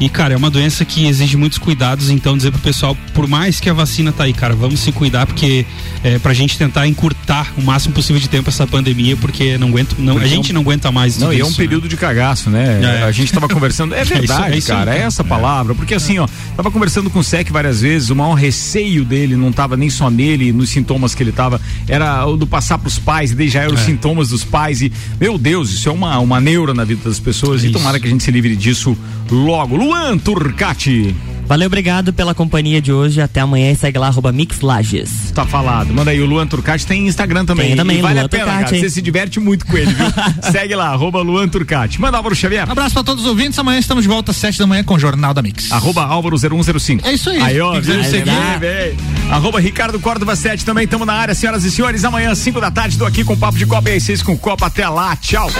S6: E, cara, é uma doença que exige muitos cuidados, então dizer pro pessoal, por mais que a vacina tá aí, cara, vamos se cuidar, porque é, pra gente tentar encurtar o máximo possível de tempo essa pandemia, porque não aguento, não,
S2: Porque
S6: a
S2: é um-
S6: gente não aguenta mais
S2: Não,
S6: tudo
S2: e é um
S6: isso, né?
S2: período de cagaço, né?
S6: É.
S2: A
S5: [laughs]
S2: gente tava conversando. É
S6: É isso-
S2: verdade,
S6: é isso aí,
S2: cara, é
S6: cara.
S2: essa palavra. Porque assim, ó, tava conversando com o Sec várias vezes, o maior receio dele não tava nem só nele, nos sintomas que ele tava, era o do passar pros pais, e daí já eram os
S6: É.
S2: sintomas dos pais. E, meu Deus, isso é uma, uma neura na vida das pessoas.
S5: É
S2: e tomara que a gente se livre disso logo. Luan Turcati.
S7: Valeu, obrigado pela companhia de hoje. Até amanhã e segue lá, arroba Mixlages.
S2: Tá falado. Manda aí, o Luan Turcati tem Instagram também.
S7: Tem também,
S2: e vale
S7: Luan
S2: a pena,
S7: Turcati,
S2: cara.
S7: hein?
S2: Você se diverte muito com
S7: [laughs]
S2: ele, viu? Segue lá, arroba Luan Turcati. Manda Álvaro Xavier.
S3: Um Abraço pra todos os ouvintes. Amanhã estamos de volta às 7 da manhã com o Jornal da Mix.
S2: Arroba Álvaro 0105.
S3: É isso aí.
S2: Aí, ó,
S3: Quem quiser
S2: viu?
S3: me seguir.
S2: Vem, vem. Arroba Ricardo Córdova 7 também. Tamo na área, senhoras e senhores. Amanhã, 5 da tarde, tô aqui com o Papo de Copa e às 6 com Copa. Até lá. Tchau.